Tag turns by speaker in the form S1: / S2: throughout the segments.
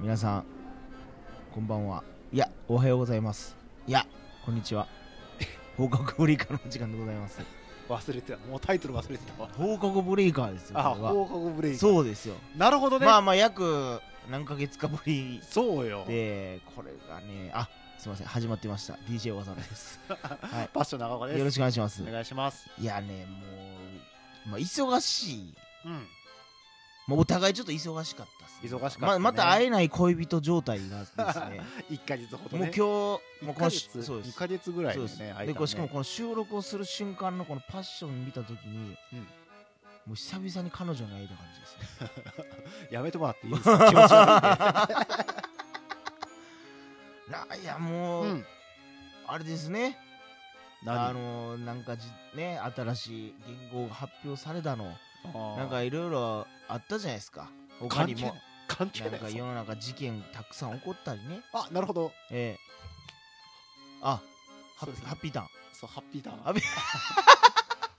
S1: 皆さんこんばんはいやおはようございますいやこんにち は報告ブレイカーのお時間でございます
S2: 忘れてたもうタイトル忘れて たわ
S1: 報告ブレイカーですよ
S2: あ
S1: これは
S2: 放課後ブレイク
S1: そうですよ、
S2: なるほどね、
S1: まあまあ約何ヶ月かぶり
S2: そうよ
S1: でこれがねあすいません始まってました DJ わざなです、は
S2: パッション長岡です
S1: い、よろしくお願いします
S2: お願いします
S1: いやねもう、まあ、忙しい、
S2: うん
S1: まあ、お互いちょっと忙しかったっすね
S2: 忙しかったね
S1: ままた会えない恋人状態がです ね
S2: 一ヶ月ほど
S1: もう今
S2: ね
S1: 日もう
S2: 一
S1: この
S2: ヶ
S1: し
S2: 月
S1: そうで
S2: 二
S1: す
S2: ヶ月ぐらい
S1: そう
S2: で
S1: で
S2: ね
S1: す
S2: 空いた
S1: で
S2: ね
S1: こうしかもこの収録をする瞬間のこのパッション見た時に、
S2: うん
S1: もう久々に彼女に会えた感じですね
S2: やめてもらっていいですか気持ち悪
S1: ないやもう、
S2: いんでうん
S1: あれですねあ
S2: 何
S1: のーなんかじね新しい言語が発表されたの
S2: あ
S1: なんかいろいろあったじゃないですか
S2: ー
S1: 他に
S2: 関係な
S1: も
S2: い関係
S1: なん
S2: ない
S1: か世の中事件たくさん起こったりね
S2: あなるほど
S1: ええあハ
S2: そうです
S1: ッ
S2: ね
S1: ハッピーターン
S2: そうハッピーターン
S1: ハッピー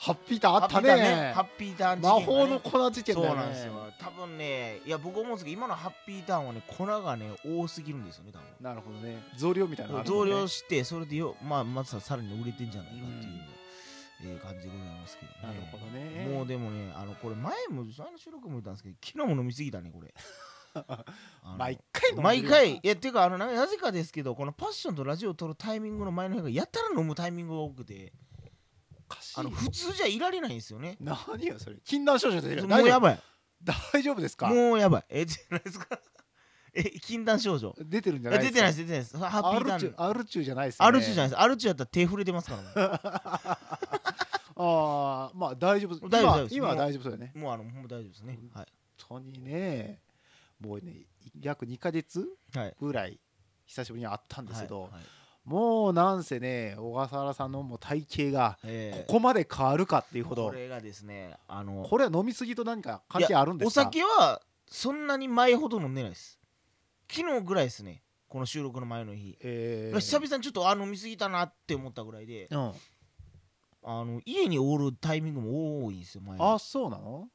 S2: ハッピーターンあったね
S1: ハッピーターンね
S2: 魔
S1: ハッピーターン事件が
S2: 法
S1: ね
S2: の粉事件だ
S1: そ
S2: よ
S1: うなんです
S2: ね
S1: よ多分ねいや僕思うんですけど今のハッピーターンはね粉がね多すぎるんですよね多
S2: なるほどね増量みたいなのあ
S1: 分
S2: る
S1: 増
S2: もんね
S1: 量してそれでよ、まあ、まずささらに売れてんじゃないかっていう、えー感じでございますけど
S2: な
S1: ね
S2: るほどね
S1: もうでもねあのこれ前も前の収録も言ったんですけど昨日も飲みすぎたねこれあの
S2: 毎回飲んでる
S1: 毎回いやてかあのななぜかですけどこのパッションとラジオを撮るタイミングの前の日がやたら飲むタイミングが多くて
S2: おかしい
S1: あの普通じゃいられないんですよね
S2: 何よそれ禁断症状出てる
S1: もうやばい
S2: 大丈夫ですか
S1: もうやばいえじゃないですかえ禁断症状
S2: 出てるんじゃ
S1: あ
S2: ない
S1: 出てないです出てないですハッ
S2: ア
S1: ピー
S2: ル
S1: タ
S2: チュ
S1: ーン
S2: アルチュじゃないですよね
S1: アルチュじゃないですアルチュやったら手触れてますからも
S2: ああまあ大丈夫
S1: 大丈夫大丈夫で
S2: 今
S1: す
S2: 今
S1: も
S2: は
S1: う
S2: 大丈夫そうよね
S1: うもうあのほんま大丈夫ですねは
S2: 本当にねもうね約2ヶ月
S1: いはい
S2: ぐらい久しぶりに会ったんですけど、
S1: はいはい
S2: もうなんせね小笠原さんのもう体型が
S1: えー
S2: ここまで変わるかっていうほど、
S1: これがですねあの
S2: これは飲みすぎと何か関係あるんで
S1: お
S2: すか
S1: 酒はそんなに前ほど飲んでないです昨日ぐらいですねこの収録の前の日、
S2: えー
S1: 久々にちょっとあ飲みすぎたなって思ったぐらいで
S2: うん、
S1: あの家におるタイミングも多いんですよ前
S2: あそうなの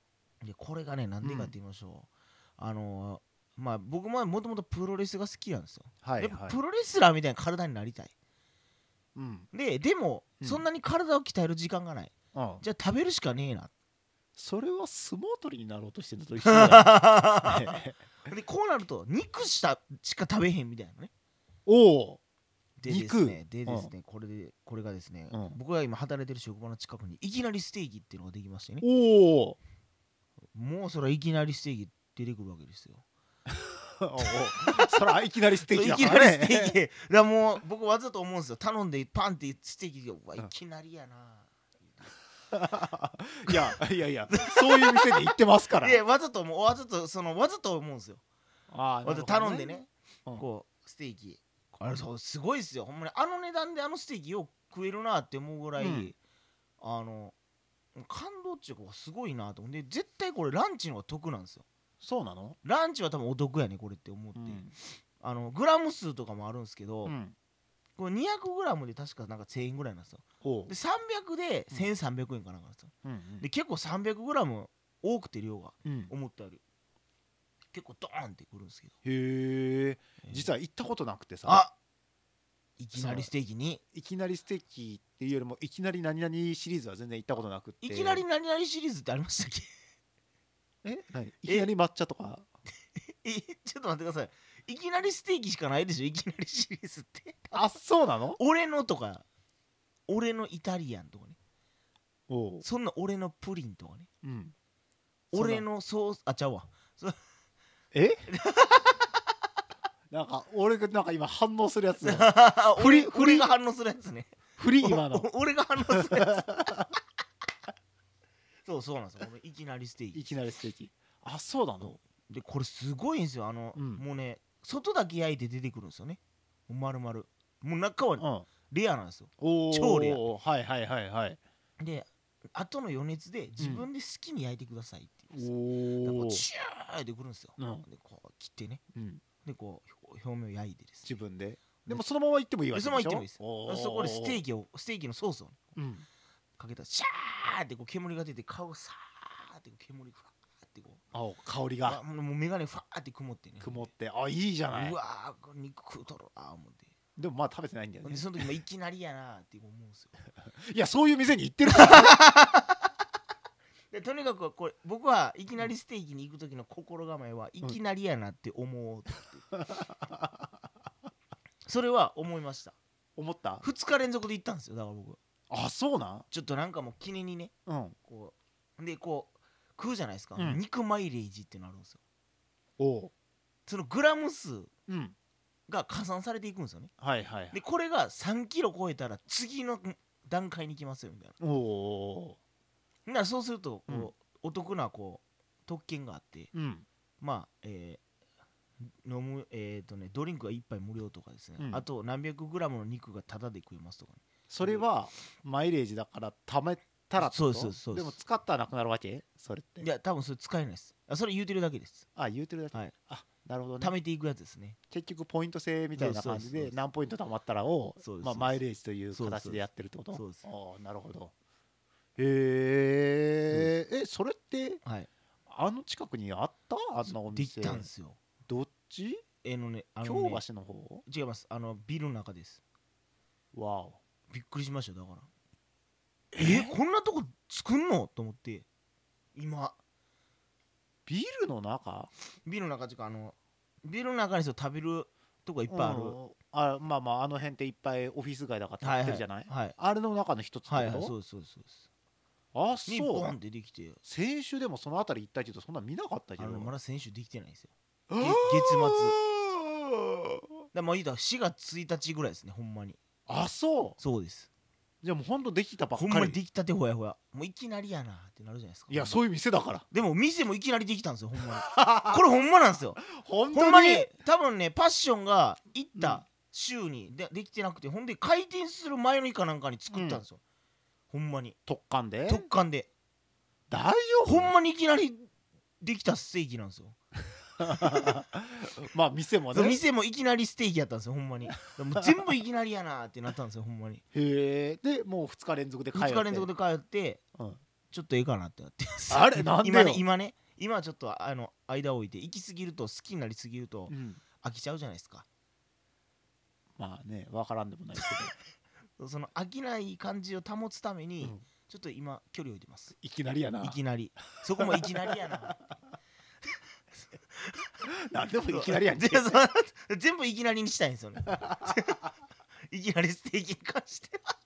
S1: でこれがねなんでかって言いましょう、あのまあ僕ももともとプロレスが好きなんですよ、
S2: はい
S1: や
S2: は
S1: っ
S2: い
S1: ぱ、プロレスラーみたいな体になりたい
S2: うん
S1: ででも、
S2: うん
S1: そんなに体を鍛える時間がない
S2: うん、
S1: じゃあ食べるしかねえな
S2: それは相撲取りになろうとしてるのと一緒だよ
S1: でこうなると肉したしか食べへんみたいなね
S2: おお
S1: でです
S2: 肉
S1: ねでですね、これでこれがですね、
S2: うん
S1: 僕が今働いてる職場の近くにいきなりステーキっていうのができましてね
S2: お お
S1: もうそれはいきなりステーキ出てくるわけですよ
S2: おうおうそらいきなりステーキ
S1: い
S2: だ
S1: き
S2: か
S1: なり
S2: ら
S1: ス
S2: ね
S1: テーキだからもう僕わざと思うんですよ頼んでパンってステーキがうわ
S2: うん
S1: いきなりやな、
S2: いやいやいやそういう店で行ってますから
S1: でわざともうわざとそのわざと思うんですよ、
S2: あー
S1: わざと頼んでね、
S2: うん
S1: こうステーキあれそうすごいですよほんまにあの値段であのステーキを食えるなって思うぐらい、
S2: うん
S1: あの感動っていうかすごいなと思って絶対これランチの方が得なんですよ
S2: そうなの
S1: ランチは多分お得やねこれって思って、あのグラム数とかもあるんですけど、
S2: うん
S1: これ 200g で確かなんか1000円ぐらいなんですよ
S2: おう
S1: で300で
S2: うん
S1: 1300円かなんかなんですよ
S2: うん
S1: で結構 300g 多くて量が
S2: うん
S1: 思ったより結構ドーンってくるんですけど
S2: へえ実
S1: は
S2: は行ったことなくてさ
S1: あいきなりステーキに
S2: いきなりステーキっていうよりもいきなり何々シリーズは全然行ったことなくって
S1: いきなり何々シリーズってありましたっけ
S2: え何いきなり抹茶とか
S1: えちょっと待ってくださいいきなりステーキしかないでしょいきなりシリーズって
S2: あそうなの
S1: 俺のとか俺のイタリアンとかね
S2: おう
S1: そんな俺のプリンとかね
S2: うんそんな
S1: 俺のソースあちゃうわ
S2: え なんか俺がなんか今反応するやつ
S1: 俺
S2: 振り
S1: 俺が反応するやつね
S2: フリー 今の
S1: おお 俺が反応するやつそうそうなんですよこのいきなりステー
S2: い
S1: キ
S2: きなりステーキあそうなの
S1: でこれすごいんですよあの、
S2: うん
S1: もうね外だけ焼いて出てくるんですよねもう丸々もう中
S2: う
S1: は
S2: ん
S1: レアなんですよ
S2: おー
S1: 調理や
S2: はいはいはいはい
S1: で後の余熱で自分で好きに焼いてくださいって言うんですよだからこ
S2: お
S1: う
S2: お
S1: チューってくるんですよ、
S2: うん
S1: でこう切ってね
S2: うん
S1: でこう表表面を焼いてですね
S2: 自分ででもそのまま行ってもいいわけ
S1: そのまま行ってもいいです
S2: お
S1: そこでステー
S2: キ
S1: キをステーキのソースをね
S2: うん
S1: かけたらシャーってこう煙が出て顔がさーってこう煙がふわーってってこう
S2: 青香り
S1: あ
S2: が
S1: もうもう眼鏡ふわーって曇ってね
S2: 曇ってあいいじゃないう
S1: わーこれ肉食うとろあ思って
S2: でもまあ食べてないんだよ
S1: ほん
S2: ね
S1: でその時もいきなりやなって思うんですよ
S2: いやそういう店に行ってるから
S1: でとにかくこれ僕はいきなりステーキに行く時の心構えはいきなりやなって思おうと 思って、それは思いました
S2: 思った
S1: 2日連続で行ったんですよだから僕
S2: あそうなん
S1: ちょっとなんかもう記念にね
S2: うん
S1: こうでこう食うじゃないですか、
S2: うん
S1: 肉マイレージってなるんですよ
S2: おう
S1: そのグラム数
S2: うん
S1: が加算されていくんですよね
S2: はいはいはい
S1: でこれが3キロ超えたら次の段階に行きますよみたいな
S2: おお
S1: ほんならそうするとこう、
S2: うん
S1: お得なこう特権があって
S2: ーうん
S1: まあえー飲むえっ、とねドリンクが1杯無料とかですね、
S2: うん
S1: あと何百グラムの肉がタダで食えますとかね
S2: それはマイレージだから貯めたらってこと
S1: そうですそうです
S2: でも使ったらなくなるわけそれって
S1: いや多分それ使えないですあそれ言うてるだけです
S2: あ言うてるだけ、
S1: はい
S2: あなるほどね
S1: 貯めていくやつですね
S2: 結局ポイント制みたいな感じ
S1: そうそうそう
S2: で
S1: そう
S2: 何ポイント貯まったらを
S1: そうです
S2: ま
S1: そうで
S2: あ、
S1: す
S2: マイレージという
S1: そうです
S2: 形でやってるってこと
S1: そうです
S2: ああなるほどへええそれって
S1: はい
S2: あの近くにあったあんなお
S1: で
S2: 店
S1: きたんですよ
S2: どっち
S1: えーのねあのね
S2: 京橋の方
S1: 違いますあのビルの中です
S2: わお
S1: びっくりしましたよだからえこんなとこ作んのと思って今
S2: ビルの中
S1: ビルの中っていうかあのビルの中にそう食べるとこいっぱいある、
S2: うんあまあまああの辺っていっぱいオフィス街だから
S1: は
S2: 立
S1: い
S2: っ
S1: はい
S2: てるじゃない、
S1: はい
S2: あれの中の一つってこと、
S1: はいはいそうですそうですそうです
S2: あ
S1: にボン
S2: そ
S1: っ
S2: う
S1: てできて
S2: 先週でもその辺り行ったけどそんな見なかったけ
S1: あ
S2: ど
S1: のまだ選手できてないんですよ
S2: あー
S1: げ月だからまあ言うたら4月1日ぐらいですねほんまに
S2: あそう
S1: そうです
S2: じゃあもうほんとできたばっか
S1: ほん
S2: り
S1: まにできたてほやほやもういきなりやなってなるじゃないですか
S2: いやそうういう店だから
S1: でも店もいきなりできたんですよほんまに これほんまなんですよ
S2: 本
S1: ほ
S2: 当
S1: んま
S2: に
S1: に多分ねパッションが行っ
S2: うん
S1: た週にでできてなくてほんで回転する前の日かなんかに作ったんですよ、ほんまに
S2: 特感で
S1: 特感で
S2: 大丈夫
S1: ほんまにいきなりできたステーキなんですよ、
S2: まあ店も
S1: そう
S2: ね
S1: 店もいきなりステーキやったんですよほんまにも う全部いきなりやなってなったんですよほんまに
S2: へえでもう2日連続で帰って
S1: 2日連続で帰って
S2: うん
S1: ちょっとええかなってなって
S2: あれなんでよ
S1: 今ね今ね今はちょっとあの間を置いて行き過ぎると好きになりすぎると
S2: うん
S1: 飽きちゃうじゃないですか
S2: まあねわからんでもないけど
S1: その飽きない感じを保つために、
S2: うん
S1: ちょっと今距離を置いてます
S2: いきなりやない
S1: きなりそこもいきなりやな
S2: なんでもいきなりやん
S1: 全部そう全部いきなりにしたいんですよね いきなりステーキに関してだか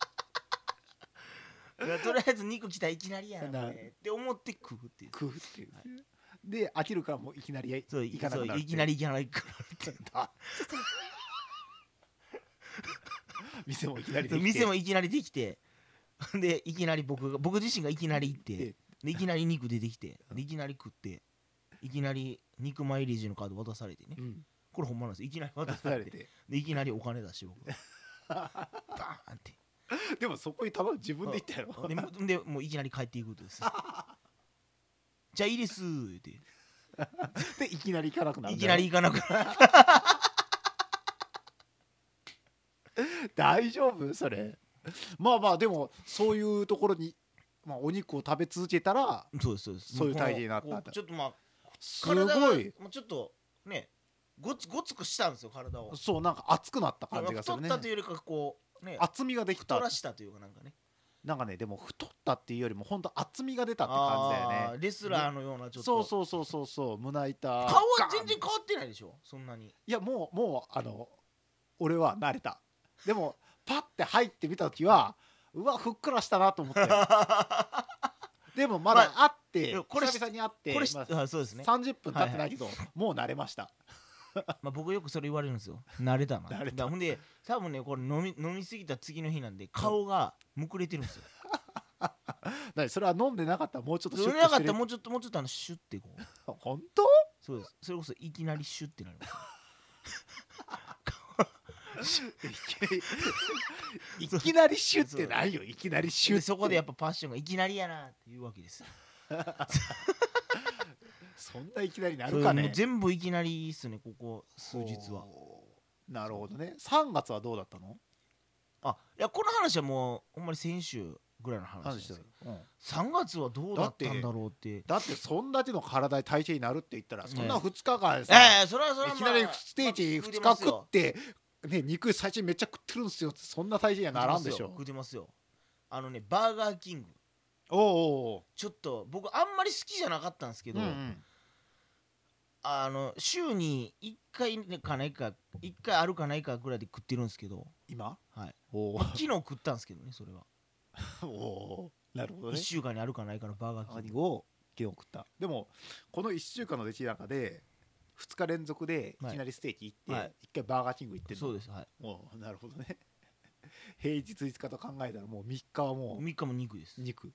S1: らとりあえず肉来たらいきなりやなこれって思って食うっていう
S2: 食うっていうで飽きるからもういきなりや
S1: そう
S2: いかな
S1: そ
S2: く
S1: う
S2: なる
S1: いきなりいきなり食うって
S2: 店もいきなりできて
S1: 店もいきなりできてでいきなり僕が僕自身がいきなり行っ
S2: で
S1: てでいきなり肉出てきて
S2: うん
S1: でいきなり食っていきなり肉マイレージのカード渡されてね
S2: うん
S1: これほんまなんですいきなり渡
S2: 出
S1: さ
S2: さ
S1: れ
S2: れ
S1: て
S2: て
S1: でいきなりお金出して僕 バーンって
S2: でもそこに卵自分で行ったやろ
S1: でもでもういきなり帰っていくことです じゃあいいです言って
S2: でいきなり行かなくなる
S1: い
S2: ん
S1: き
S2: だ
S1: な
S2: よ
S1: り行かなくなる
S2: 大丈夫それまあまあでもそういうところに、まあ、お肉を食べ続けたら
S1: そうですそうです
S2: そういう体型になった
S1: もうこうちょっとまあ
S2: す
S1: 体がも
S2: ご
S1: う
S2: い
S1: ちょっとねごつごつくしたんですよ体を
S2: そうなんか熱くなった感じがす
S1: 太
S2: る
S1: っ
S2: ね
S1: たというよりかこうね
S2: 厚みができ
S1: 太
S2: た
S1: らしたというかなんかね
S2: なんかねでも太ったっていうよりも本当厚みが出たって感じだ
S1: あ
S2: よね
S1: ーレスラーのようなちょっと
S2: そうそうそうそうそう胸板
S1: 顔は全然
S2: ガン
S1: 変わってないでしょそんなに
S2: いやもうもうあの俺は慣れたでもパッて入ってみた時はうわふっくらしたなと思って でもまだ会って、
S1: まあこれ
S2: 久々に会って
S1: これ、
S2: まあ
S1: あ、そうですね、
S2: 30分経ってないけど、もう慣れました
S1: まあ、僕よくそれ言われるんですよ慣れたな
S2: 慣
S1: だ
S2: れた
S1: からほんで多分ねこれ飲み飲みすぎた次の日なんで顔がむくれてるんですよ
S2: 何それは飲んでなかったらもうちょっとシュ
S1: そ
S2: ッ
S1: れ
S2: と
S1: なか
S2: し
S1: ってたら
S2: る
S1: もうちょっともうちょっとあのシュッてこう
S2: 本当
S1: そうですそれこそいきなりシュッてなります
S2: いきなりシュってないよいきなり シュ
S1: で
S2: って
S1: そこでやっぱパッションがいきなりやなっていうわけです
S2: そんないきなりなる
S1: そ
S2: か
S1: れも
S2: ね
S1: う全部いきなりっすねここ数日は
S2: おーなるほどね3月はどうだったの
S1: あいやこの話はもうほんまに先週ぐらいの話なん
S2: 話
S1: で
S2: し
S1: す
S2: て
S1: よ
S2: る、うん
S1: 3月はどうだったんだろうって
S2: だってそんだけの体体型になるって言ったらそんな
S1: ね
S2: 2日間さ、
S1: ええそれはそれはい
S2: きなりステージ
S1: まあ
S2: 2日食って、ね、肉最初めっちゃ食ってるんですよってそんな体型にはならんでしょ
S1: 食ってますよ食ってますよあのねバーガーキング
S2: おうおう
S1: ちょっと僕あんまり好きじゃなかったんですけ
S2: おう
S1: ど、
S2: うんうん
S1: あの週に1回かないか1回あるかないかぐらいで食ってるんですけど
S2: 今
S1: はい
S2: おう
S1: 昨日食ったんですけどねそれは、
S2: おうなるほど
S1: 1
S2: ね
S1: 週間にあるかないかのバーガーキング
S2: を昨日食ったでもこの1週間の出来の中で2日連続でいきなりステーキ行って、
S1: はい
S2: 1回バーガーキング行ってんの
S1: そうですはい
S2: もうなるほどね 平日5日と考えたらもう3日はもう
S1: 3日も肉です
S2: 肉、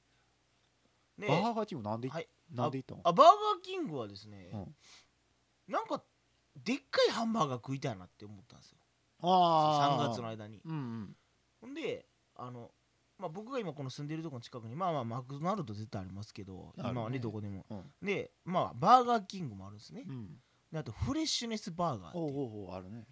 S1: で
S2: バーガーキングなんで,、
S1: はい
S2: なんで行ったの
S1: あバーガーキングはですね、
S2: うん
S1: なんかでっかいハンバーガー食いたいなって思ったんですよ3
S2: あー
S1: 月の間に
S2: うんうん
S1: ほんであの、まあ、僕が今この住んでるとこの近くにまあまあマクドナルド絶対ありますけど
S2: あるね
S1: 今はねどこでも
S2: うん
S1: でまあバーガーキングもあるんですね、
S2: うん
S1: であとフレッシュネスバーガーって
S2: おう
S1: いう
S2: おうおうあるね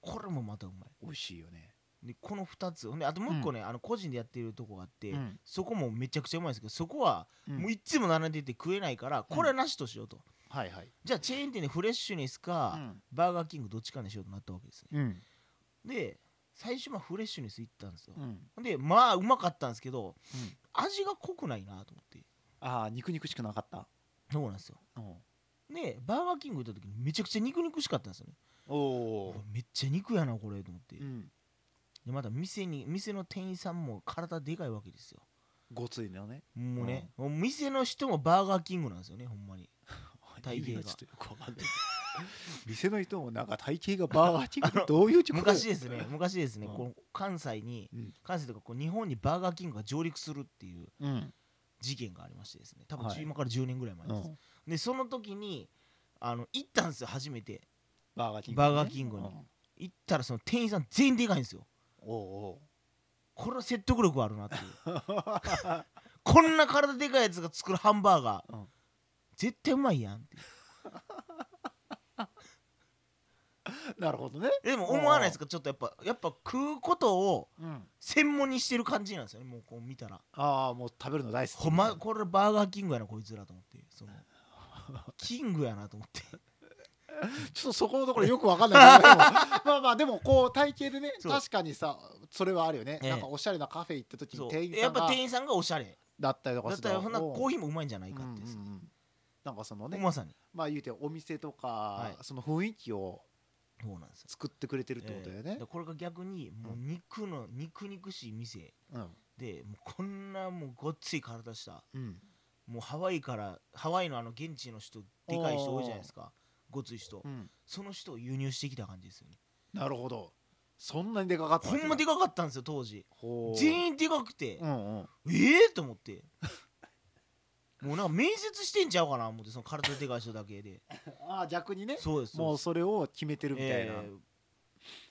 S1: これもまたうま
S2: 美味しいよね、
S1: いでこの2つほんであともう1個ね、あの個人でやってるとこがあって、
S2: うん
S1: そこもめちゃくちゃうまいんですけどそこは
S2: うん
S1: もういつも並んでて食えないからこれはなしとしようと、
S2: はいはい
S1: じゃあチェーン店でフレッシュネスか、バーガーキングどっちかにしようとなったわけですね
S2: うん
S1: で最初まあフレッシュネス行ったんですよ
S2: う、ん
S1: でまあうまかったんですけど味が濃くないなと思って
S2: ああ肉肉しくなかった
S1: そうなんですよ
S2: お
S1: でバーガーキング行った時にめちゃくちゃ肉肉しかったんですよねう
S2: お
S1: わめっちゃ肉やなこれと思って、
S2: うん
S1: でまた店に店の店員さんも体でかいわけですよ
S2: ごついのね
S1: もうね、もう店の人もバーガーキングなんですよねほんまに体型が
S2: 意味ちょっとよくわかんない 店の人もなんか体型がバーガーキングってどういう時
S1: 昔ですね昔ですね、
S2: うん
S1: この関西に、
S2: うん
S1: 関西というかこう日本にバーガーキングが上陸するっていう
S2: うん
S1: 事件がありましてですね多分
S2: はい
S1: 今から10年ぐらい前
S2: う
S1: です、
S2: ん
S1: でその時にあの行ったんですよ初めて
S2: バーガーキング
S1: バーガーキングに
S2: うん
S1: 行ったらその店員さん全員でかいんですよ
S2: おう
S1: これは説得力あるな っていう
S2: おう
S1: こんな体でかいやつが作るハンバーガー、
S2: うん
S1: 絶対うまいやんって
S2: なるほどね
S1: でも思わないですかちょっとやっぱやっぱ食うことを
S2: うん
S1: 専門にしてる感じなんですよねもうこう見たら
S2: ああもう食べるの大好き
S1: ほんまこれバーガーキングやなこいつらと思って そのキングやなと思って
S2: ちょっとそこのところよくわか んないけどでもまあまあでもこう体型でね
S1: そう
S2: 確かにさそれはあるよね、
S1: ええ
S2: なんかおしゃれなカフェ行った時に
S1: そう
S2: 店員
S1: や
S2: さ
S1: っ
S2: んが
S1: ぱ店員さんがおしゃれ
S2: だったりとか
S1: だったらほんならコー
S2: ヒ
S1: ヒーもうまいんじゃないかってです、
S2: なんかそのね
S1: まさに
S2: まあ言うてお店とか、
S1: はい
S2: その雰囲気を
S1: そうなんですよ
S2: 作ってくれてるってことだよ
S1: ええ
S2: ね
S1: だか、らこれが逆にもう肉の肉肉しい店
S2: うん
S1: でもうこんなもうごっつい体した
S2: うん
S1: もうハワイからハワイのあの現地の人でかい人多いじゃないですかごつい人
S2: うん
S1: その人を輸入してきた感じですよね
S2: なるほどそんなにでかかった
S1: ほんまで
S2: か
S1: かかったんですよ当時
S2: ほう
S1: 全員でかくて
S2: うんうん
S1: ええと思ってもうなんか面接してんちゃうかな思ってその体でかい人だけで
S2: ああ逆にね
S1: そうです
S2: もう
S1: そ
S2: それを決めてる
S1: う
S2: み
S1: です
S2: たいな、
S1: ええ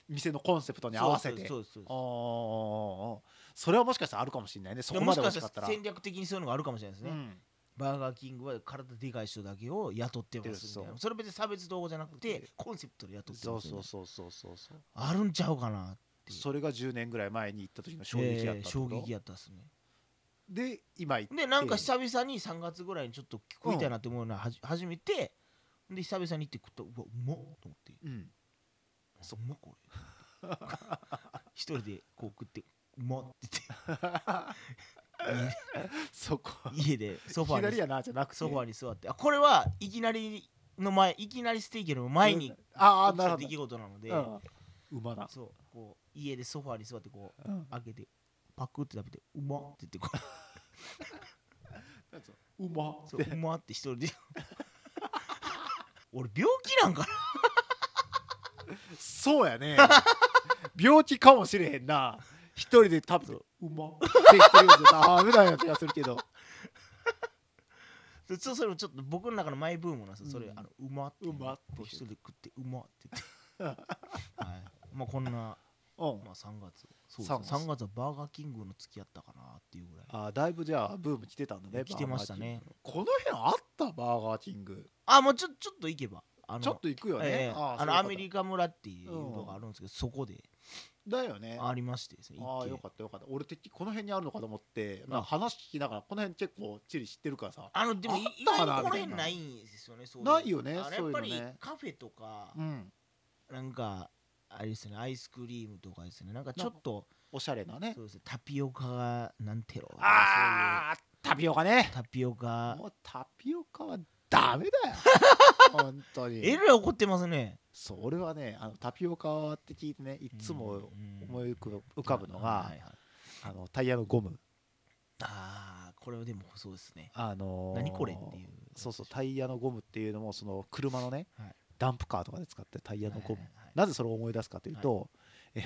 S2: 店のコンセプトに合わせて
S1: そうですそうですそうです
S2: おーそれはもしかしたらあるかもしれないねそこまで
S1: も
S2: 欲
S1: しか
S2: しか
S1: し
S2: ったた
S1: ら
S2: ら
S1: 戦略的にそういうのがあるかもしれないですね、
S2: うん
S1: バーガーキングは体でかい人だけを雇ってますみたい
S2: で
S1: な
S2: す
S1: それ別に差別動画じゃなくて
S2: で
S1: コンセプトで雇って
S2: そ
S1: ま
S2: う
S1: す
S2: そ
S1: み
S2: う
S1: たい
S2: そうそうそうそう
S1: なあるんちゃうかなっていう
S2: それが10年ぐらい前に行った時の衝撃や
S1: え
S2: ったっ
S1: ー
S2: て
S1: 衝
S2: こと
S1: 撃やったっすね
S2: で今行っ
S1: でなんか久々に3月ぐらいにちょっと食いたいなって思うのははじ初めてで久々に行って食ったうわうまっと思って
S2: うん
S1: そんまこれ 一人でこう食ってうまっって
S2: そこ
S1: 言って家 でソファー
S2: 左
S1: に
S2: やなじゃなくて
S1: ソファーに座ってあこれはいきなりの前いきなりステーキの前に
S2: ああ
S1: 起き
S2: なる
S1: た
S2: ほ
S1: 出
S2: ど
S1: 来事なので、
S2: うん馬だ
S1: そうこう家でソファーに座ってこう
S2: うん
S1: 開けてパクって食べてうまっって言ってこう
S2: 馬
S1: そううまって一人で 俺病気なんか な
S2: そう やね病気かもしれへんな一人で食べて馬って言ってるやつダメだような気がするけど
S1: そうそうそれもちょっと僕の中のマイブームなんですよそれ、
S2: うん
S1: あのうまって
S2: うまって
S1: こう一人で食ってうまって 言ってはいまあこんな、ま
S2: うん
S1: あ、3月そうです
S2: 3月
S1: 3, 月はバーガーキングの月やったかなっていうぐらい
S2: あーだいぶじゃあブーム来てたんだね
S1: 来てましたね
S2: バーガーキングこの辺あったバーガーキング
S1: あもうちょちょっと行けばあの
S2: ちょっと行くよね、
S1: ええ
S2: ああ
S1: あのアメ
S2: カ
S1: リカ村っていうのがあるんですけど、そこで
S2: だよね
S1: ありましてですね
S2: ああ
S1: 一軒
S2: よかったよかった俺てっきりこの辺にあるのかと思って、
S1: ん
S2: なんか話聞きながらこの辺結構地理知ってるからさ
S1: あのでも
S2: あ
S1: い
S2: った
S1: 意外
S2: かな
S1: とこの
S2: み
S1: 辺
S2: たいな
S1: ないんですよねそうう
S2: ないよね
S1: あのや
S2: そうい
S1: っ
S2: うの
S1: ぱ
S2: ね
S1: りカフェとか
S2: うん
S1: なんかあれですねアイスクリームとかですねなんかちょっと
S2: おしゃれなね
S1: そうですねタピオカがなんてろ
S2: あータピオカね
S1: タピオカ
S2: もうタピオカはダメ だよ本当に
S1: えらい怒ってますね
S2: そう俺はねあのタピオカって聞いてねいつも
S1: うん
S2: 思い浮浮かぶのが、
S1: はいはい
S2: あのタイヤのゴム
S1: あーこれはでもそうですね
S2: あのー
S1: 何これっていう
S2: そうそうタイヤのゴムっていうのもその車のね、
S1: はい
S2: ダンプカーとかで使ってるタイヤのゴム、
S1: はいはいはい
S2: なぜそれを思い出すかというと、え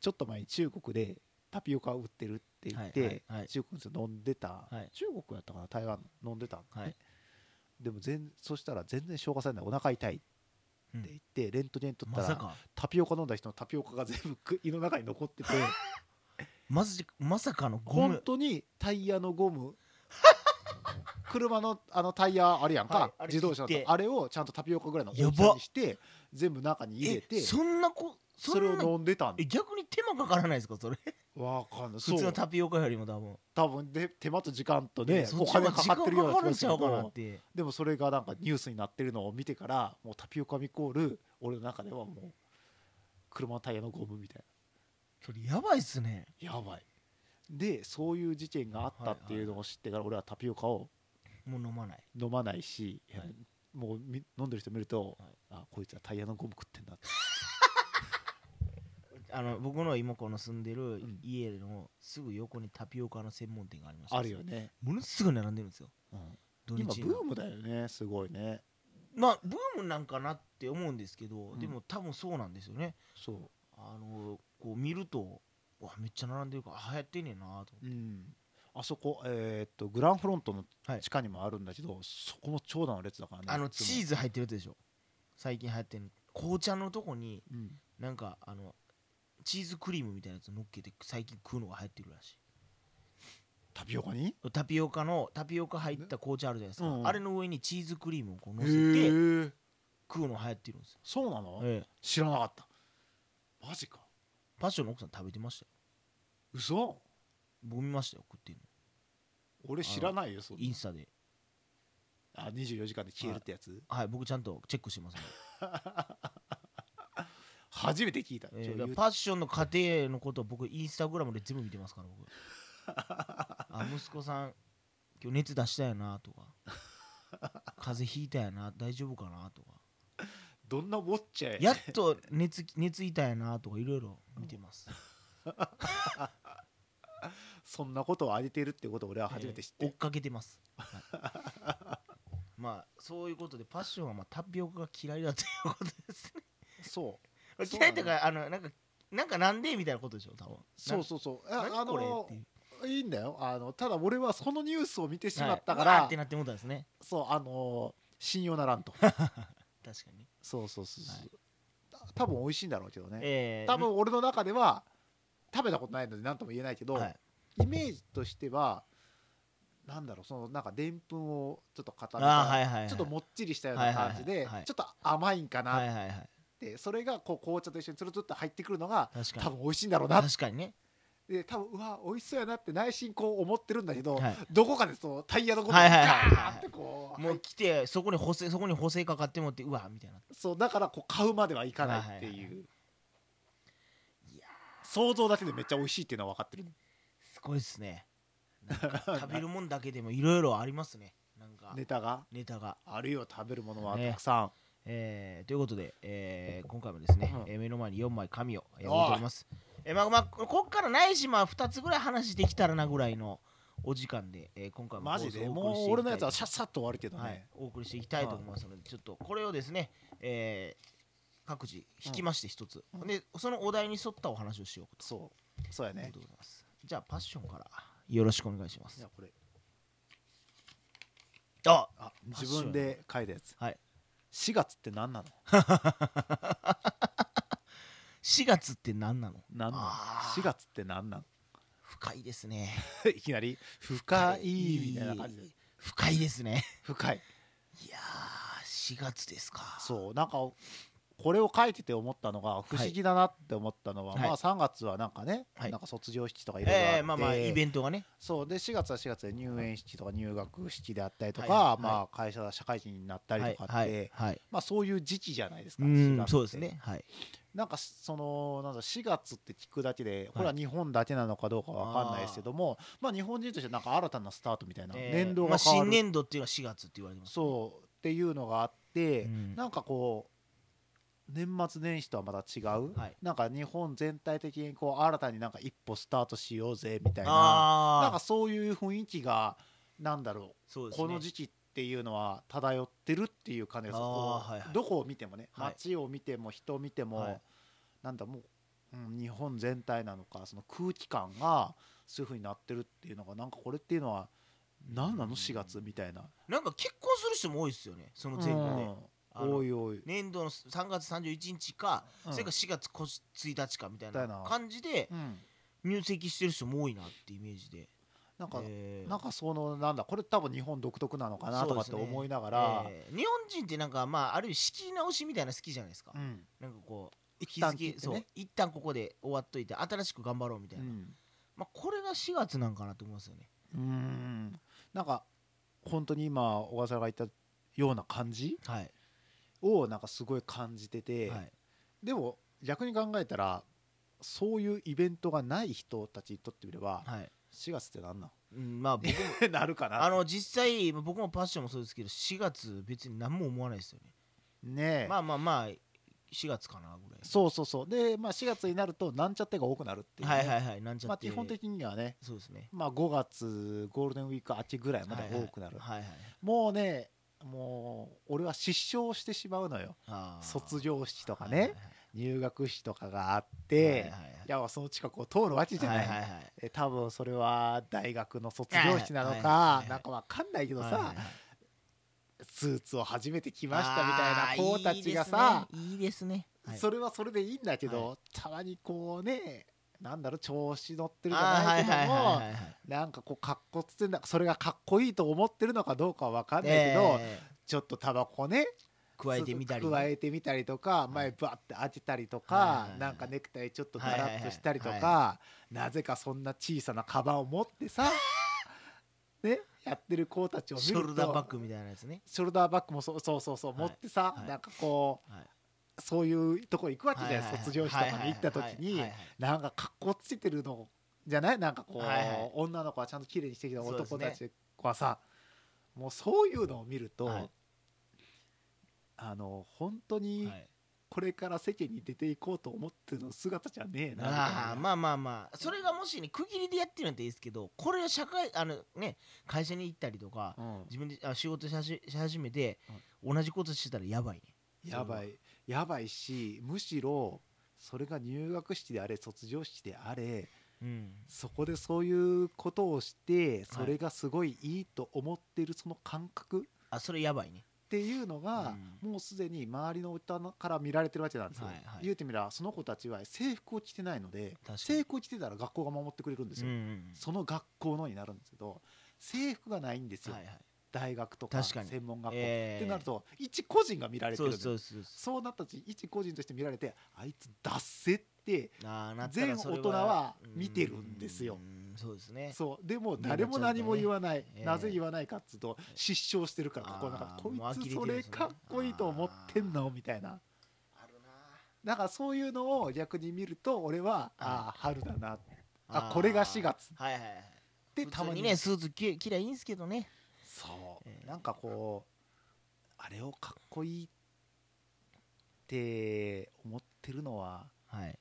S2: ちょっと前に中国でタピオカを売ってるって言って、
S1: はいはいはい
S2: 中国人飲んでた、
S1: はい
S2: 中国やったかな台湾飲んでたんだね、
S1: はい
S2: でも全そしたら全然消化されないお腹痛いって言って、レントゲン取った
S1: ま
S2: ら、
S1: さか
S2: タピオカ飲んだ人のタピオカが全部く胃の中に残ってて
S1: まずまさかのゴ
S2: 本
S1: ム
S2: 当にタイヤの ゴム車のあのタイヤあるやんか、
S1: はいあれ
S2: 自動車の
S1: 切って
S2: あれをちゃんとタピオカぐらいの大き
S1: や
S2: さ
S1: ば
S2: にして全部中に入れて
S1: えそんなこ
S2: そ
S1: そ
S2: れ
S1: ん
S2: を
S1: な
S2: 飲んでたん
S1: え逆に手間かからないですかそれ
S2: わかんない
S1: 普
S2: そ
S1: 通の
S2: う
S1: タピオカよりも多分
S2: 多分で手間と時間とね
S1: そ
S2: お
S1: っちの方
S2: 金
S1: が
S2: か
S1: 時
S2: か
S1: 間
S2: ってるような
S1: かか
S2: 気
S1: る
S2: が
S1: ん
S2: す
S1: ち
S2: る
S1: ゃ
S2: け
S1: うかなっ
S2: ど
S1: て
S2: でもそれがなんかニュースになってるのを見てからもうタピオカイコール俺の中ではもう車のタイヤのゴムみたい
S1: それやばいっすね
S2: なやばいでそういう事件があったっていうのを知ってから俺はタピオカを
S1: もう飲まない
S2: 飲まないし、
S1: はい
S2: もうみ飲んでる人見ると、
S1: はい
S2: あこいつはタイヤのゴム食ってんだって
S1: あの僕の今この住んでる
S2: ん
S1: 家のすぐ横にタピオカの専門店がありまして
S2: あるよね、
S1: ものすごい並んでるんですよ
S2: うん
S1: 土
S2: 今
S1: 日
S2: ブ
S1: に
S2: ームだよねすごいね
S1: まあブームなんかなって思うんですけど、
S2: うん
S1: でも多分そうなんですよね
S2: そ
S1: あのこう見るとうわめっちゃ並んでるからあ流行ってんねんなと
S2: う、うん、あそこ、えーっとグランフロントの
S1: はい
S2: 地下にもあるんだけど、そこも長蛇の列だからね
S1: あの
S2: いつも
S1: チーズ入ってるやつでしょ最近流行ってる紅茶のとこに
S2: うん、
S1: なんかあのチーズクリームみたいなやつ乗っけて最近食うのが流行ってるらし
S2: タピオカに
S1: いタピオカのタピオカ入った紅茶あるじゃないですか、
S2: うんうん
S1: あれの上にチーズクリームをこう乗
S2: へ
S1: せて
S2: ー
S1: 食うの流行ってるんですよ、
S2: そうなの、
S1: ええ、
S2: 知らなかったマジか
S1: パッションの奥さん食べてましたよ
S2: 嘘
S1: 僕見ましたよ食ってる
S2: 俺知らないよそん
S1: の
S2: な
S1: インスタで
S2: あ24時間で消えるってやつ
S1: はい僕ちゃんとチェックしてますんで
S2: 初めて聞いた、
S1: えー
S2: ちょ
S1: だからパッションの家庭のことを僕インスタグラムで全部見てますから 僕あ息子さん今日熱出したやなとか風邪ひいたやな大丈夫かなとか
S2: どんなウォッチャー
S1: や
S2: や
S1: っと熱き熱いたやなとかいろいろ見てます
S2: そんなことをあげてるってことを俺は初めて知って、
S1: えー追っかけてます、はいまあそういうことでパッションはまあタピオカが嫌いだということですね
S2: そうそう
S1: 嫌
S2: だね
S1: いとかあのなんかなんかなんでみたいなことでしょ多分
S2: そう
S1: う
S2: そうそう
S1: あ
S2: ああ
S1: これ
S2: の
S1: っていう
S2: いいんだよあのただ俺はそのニュースを見てしまったか
S1: はい
S2: ら、
S1: うわーってなって思ったんですね
S2: そうあの信用ならんと
S1: 確かにね
S2: そうそうそうそう
S1: はい
S2: た多分美味しいんだろうけどね、
S1: えー
S2: 多分俺の中では食べたことないので何とも言えないけど、
S1: はい
S2: イメージとしてはなんだろうそのなんかでんぷんをちょっと固めた、
S1: あーはいはいはい
S2: ちょっともっちりしたような感じで、
S1: はいはいはいはい
S2: ちょっと甘いんかなっ
S1: はいはいはい
S2: て、それがこう紅茶と一緒につるつるっと入ってくるのが
S1: 確かに
S2: 多分美味しいんだろうなっ
S1: 確かにね、
S2: で多分うわ美味しそうやなって内心こう思ってるんだけど、
S1: は
S2: どこかでそのタイヤのこと
S1: は
S2: ガ
S1: いはいはいはい
S2: ーンってこ
S1: い、
S2: う,、
S1: もう来てそこに補正そこに補正かかってもってうわみたいな
S2: そうだからこう買うまではいかないってい
S1: は
S2: う、
S1: いはいはいいや
S2: 想像だけでめっちゃ美味しいっていうのは分かってる
S1: すごいっすねなん か食べるもんだけでもいろいろありますねなんか
S2: ネタが
S1: ネタが、
S2: あるよ食べるものは
S1: ね
S2: たくさん、
S1: えーということで、えー今回もですね、
S2: うん
S1: えー目の前に4枚紙を、えー
S2: おい
S1: 置いておりますえーまあまあここっからないしまあ2つぐらい話できたらなぐらいのお時間で、えー今回も
S2: マジでもう俺のやつはシャッサッと終わるけどね、
S1: はい、お送りしていきたいと思いますので、ちょっとこれをですね、えー各自引きまして一つ、
S2: うん
S1: でそのお題に沿ったお話をしようと
S2: そうそうや
S1: いう
S2: ね
S1: ことでございます、じゃあパッションからよろしくお願いしま
S2: い
S1: す
S2: やこれ
S1: あ
S2: あ自分で書いたやつ、
S1: はい
S2: 4月って何なの
S1: 4月って何なの
S2: 何なの
S1: あー
S2: 4月って何なの
S1: 深いですね
S2: いきなり深いみたいな感じで
S1: 深いですね
S2: 深い
S1: いやー4月ですか
S2: そうなんかこれを書いてて思ったのが不思議だなって思ったのは、
S1: はい
S2: まあ3月はなんかね、
S1: はい
S2: なんか卒業式とかいろいろあって、
S1: ええまあまあイベントがね
S2: そうで4月は4月で入園式とか入学式であったりとか、
S1: はいはい
S2: まあ、会社が社会人になったり
S1: は
S2: と
S1: い
S2: かって、
S1: はいはい
S2: まあ、そういう時期じゃないですか、
S1: う
S2: 4
S1: ん
S2: 月って
S1: そうですねはい
S2: なんかそのなんだ4月って聞くだけでこれは日本だけなのかどうかわかんないですけども、まあ、日本人としてなんか新たなスタートみたいな、
S1: ええ
S2: 年度
S1: まあ
S2: が変わ
S1: 新
S2: る、
S1: 年度っていうのは4月って言われてます
S2: そうっていうのがあって、
S1: うん
S2: なんかこう年末年始とはまた違う、
S1: はい
S2: なんか日本全体的にこう新たになんか一歩スタートしようぜみたいななん
S1: あ
S2: か
S1: あ
S2: そういう雰囲気がなんだろ
S1: そう
S2: う、
S1: ですね
S2: この時期っていうのは漂ってるっていう感じです、
S1: あー
S2: こう
S1: はいはい
S2: どこを見てもね
S1: はい
S2: 街を見ても人を見ても、
S1: はい
S2: なんだもう、うん、日本全体なのかその空気感がそういうふうになってるっていうのがなんかこれっていうのは何なの4月みたいな。
S1: なんか結婚する人も多いですよねその前後であ
S2: うん
S1: の
S2: おいおい
S1: 年度の3月31日か、
S2: うん
S1: それか4月こし1日かみたい
S2: だよ
S1: な
S2: な
S1: 感じで
S2: うん、
S1: 入籍してる人も多いなってイメージで、
S2: なんか、
S1: えー
S2: なんかそのなんだこれ多分日本独特なのかなとかって
S1: そうですね
S2: 思いながらう、
S1: えー日本人ってなんかまあある意味仕切り直しみたいなの好きじゃないですか、
S2: ん、
S1: なんかこう
S2: 一旦切って
S1: そう
S2: ね
S1: 一旦ここで終わっといて新しく頑張ろうみたいうな、
S2: ん
S1: まあ、これが4月なんかなと思いますよね
S2: うんなんか本当に今小笠原が言ったような感じ
S1: はい、
S2: をなんかすごい感じてて、
S1: はい、
S2: でも逆に考えたらそういうイベントがない人たちにとってみれば、
S1: はい
S2: 4月ってなんなん
S1: うん、まあ僕も
S2: なるかな
S1: あの実際僕もパッションもそうですけど4月別に何も思わないですよね
S2: ねえ、
S1: まあまあまあ4月かなぐらい
S2: そうそうそうで、まあ、4月になるとなんちゃってが多くなるっていうね、
S1: はいはいはいなんちゃ
S2: まあ、
S1: って、
S2: 基本的にはね、
S1: そうですね
S2: まあ、5月ゴールデンウィーク明けぐらいまで多くなる、
S1: はいはいはい
S2: もうねもう俺は失笑してしまうのよ
S1: あー
S2: 卒業式とか
S1: はい
S2: ね
S1: はいはい
S2: 入学式とかがあっ
S1: はい
S2: て
S1: はいはい
S2: いやその近くを通るわけじゃない、
S1: はいはいはい
S2: え多分それは大学の卒業式なの
S1: はいはいはい
S2: か
S1: はい
S2: なんかわかんないけど
S1: はいはいは
S2: さ
S1: い
S2: スーツを初めて着ましたみたいな
S1: あ
S2: 子
S1: ー
S2: たちがさ
S1: いいですねいいですね
S2: それはそれでいいんだけどたまにこうねなんだろう調子乗ってるじ
S1: あ
S2: ゃ
S1: ー
S2: な
S1: はいい
S2: け
S1: はい
S2: ども
S1: はいはいはい
S2: なんかこうかっこつってんだそれがかっこいいと思ってるのかどうかはわかんないけど、
S1: えー
S2: ちょっとタバコね
S1: 加えてみたり
S2: 加えてみたりとか
S1: い
S2: 前バッて当てたりとか、
S1: はいはいはい
S2: なんかネクタイちょっとダラッとしたりとか、
S1: はいはいは
S2: なぜかそんな小さなカバンを持っ てさねやってる子たちを見る
S1: シ
S2: と
S1: ョルダーバッグみたいなやつね
S2: ショルダーバッグもそうそうそうそう、
S1: はい
S2: 持ってさ、
S1: はい
S2: なんかこう
S1: はい
S2: そういうとこ行くわけじゃない、
S1: はいはいはい
S2: 卒業式とかに行った時に、
S1: はいはいはい
S2: なんか格好つけてるのじゃないなんかこう、
S1: はいはい
S2: 女の子はちゃんと綺麗にしてきた
S1: そうです
S2: 男
S1: ね
S2: たちはさもうそういうのを見ると、
S1: はい
S2: あの本当に
S1: はい
S2: これから世間に出ていこうと思ってるの姿じゃねえなみたいな
S1: ああまあまあまあそれがもしね区切りでやってるんでいいですけどこれを社会あのね会社に行ったりとか
S2: うん
S1: 自分であ仕事し始し始めて同じことしてたらやばいね
S2: やばいやばいしむしろそれが入学式であれ卒業式であれ
S1: うん
S2: そこでそういうことをしてそれがすごいいいと思ってるその感覚、
S1: あそれやばいね
S2: っていうのが、もうすでに周りの大人から見られてるわけなんですよ、
S1: はいはい
S2: 言うてみればその子たちは制服を着てないので
S1: 確かに
S2: 制服を着てたら学校が守ってくれるんです
S1: うん
S2: よ、
S1: うんうん
S2: その学校のになるんですけど制服がないんですよ、
S1: はいはい
S2: 大学とか
S1: 確かに
S2: 専門学校、
S1: ええ
S2: ってなると一個人が見られて
S1: そうん
S2: る
S1: で
S2: です
S1: そ
S2: す
S1: う
S2: よ
S1: ですそうです
S2: そうなったち一個人として見られてあいつ脱せって
S1: あーなった
S2: 全
S1: ら
S2: 大
S1: それ
S2: 人は見てるんです
S1: う
S2: よ
S1: んそうですね
S2: そうでも
S1: みんな
S2: 誰も何も言わない、
S1: ええ
S2: なぜ言わないかっつうと失笑してるから
S1: あー
S2: 心の中
S1: もう呆れ
S2: こいつ
S1: てる
S2: そ
S1: んで
S2: れ
S1: すね
S2: かっこいいと思ってんのみたいな
S1: あるな
S2: だからそういうのを逆に見ると俺はああ春だなっあ
S1: ー
S2: これが4月
S1: はいはいはい
S2: て
S1: 普
S2: たま
S1: 通
S2: に
S1: にねスーツ着着りゃいいんすけどね
S2: そう、
S1: えー
S2: なんかこうあれをかっこいいって思ってるのは
S1: はい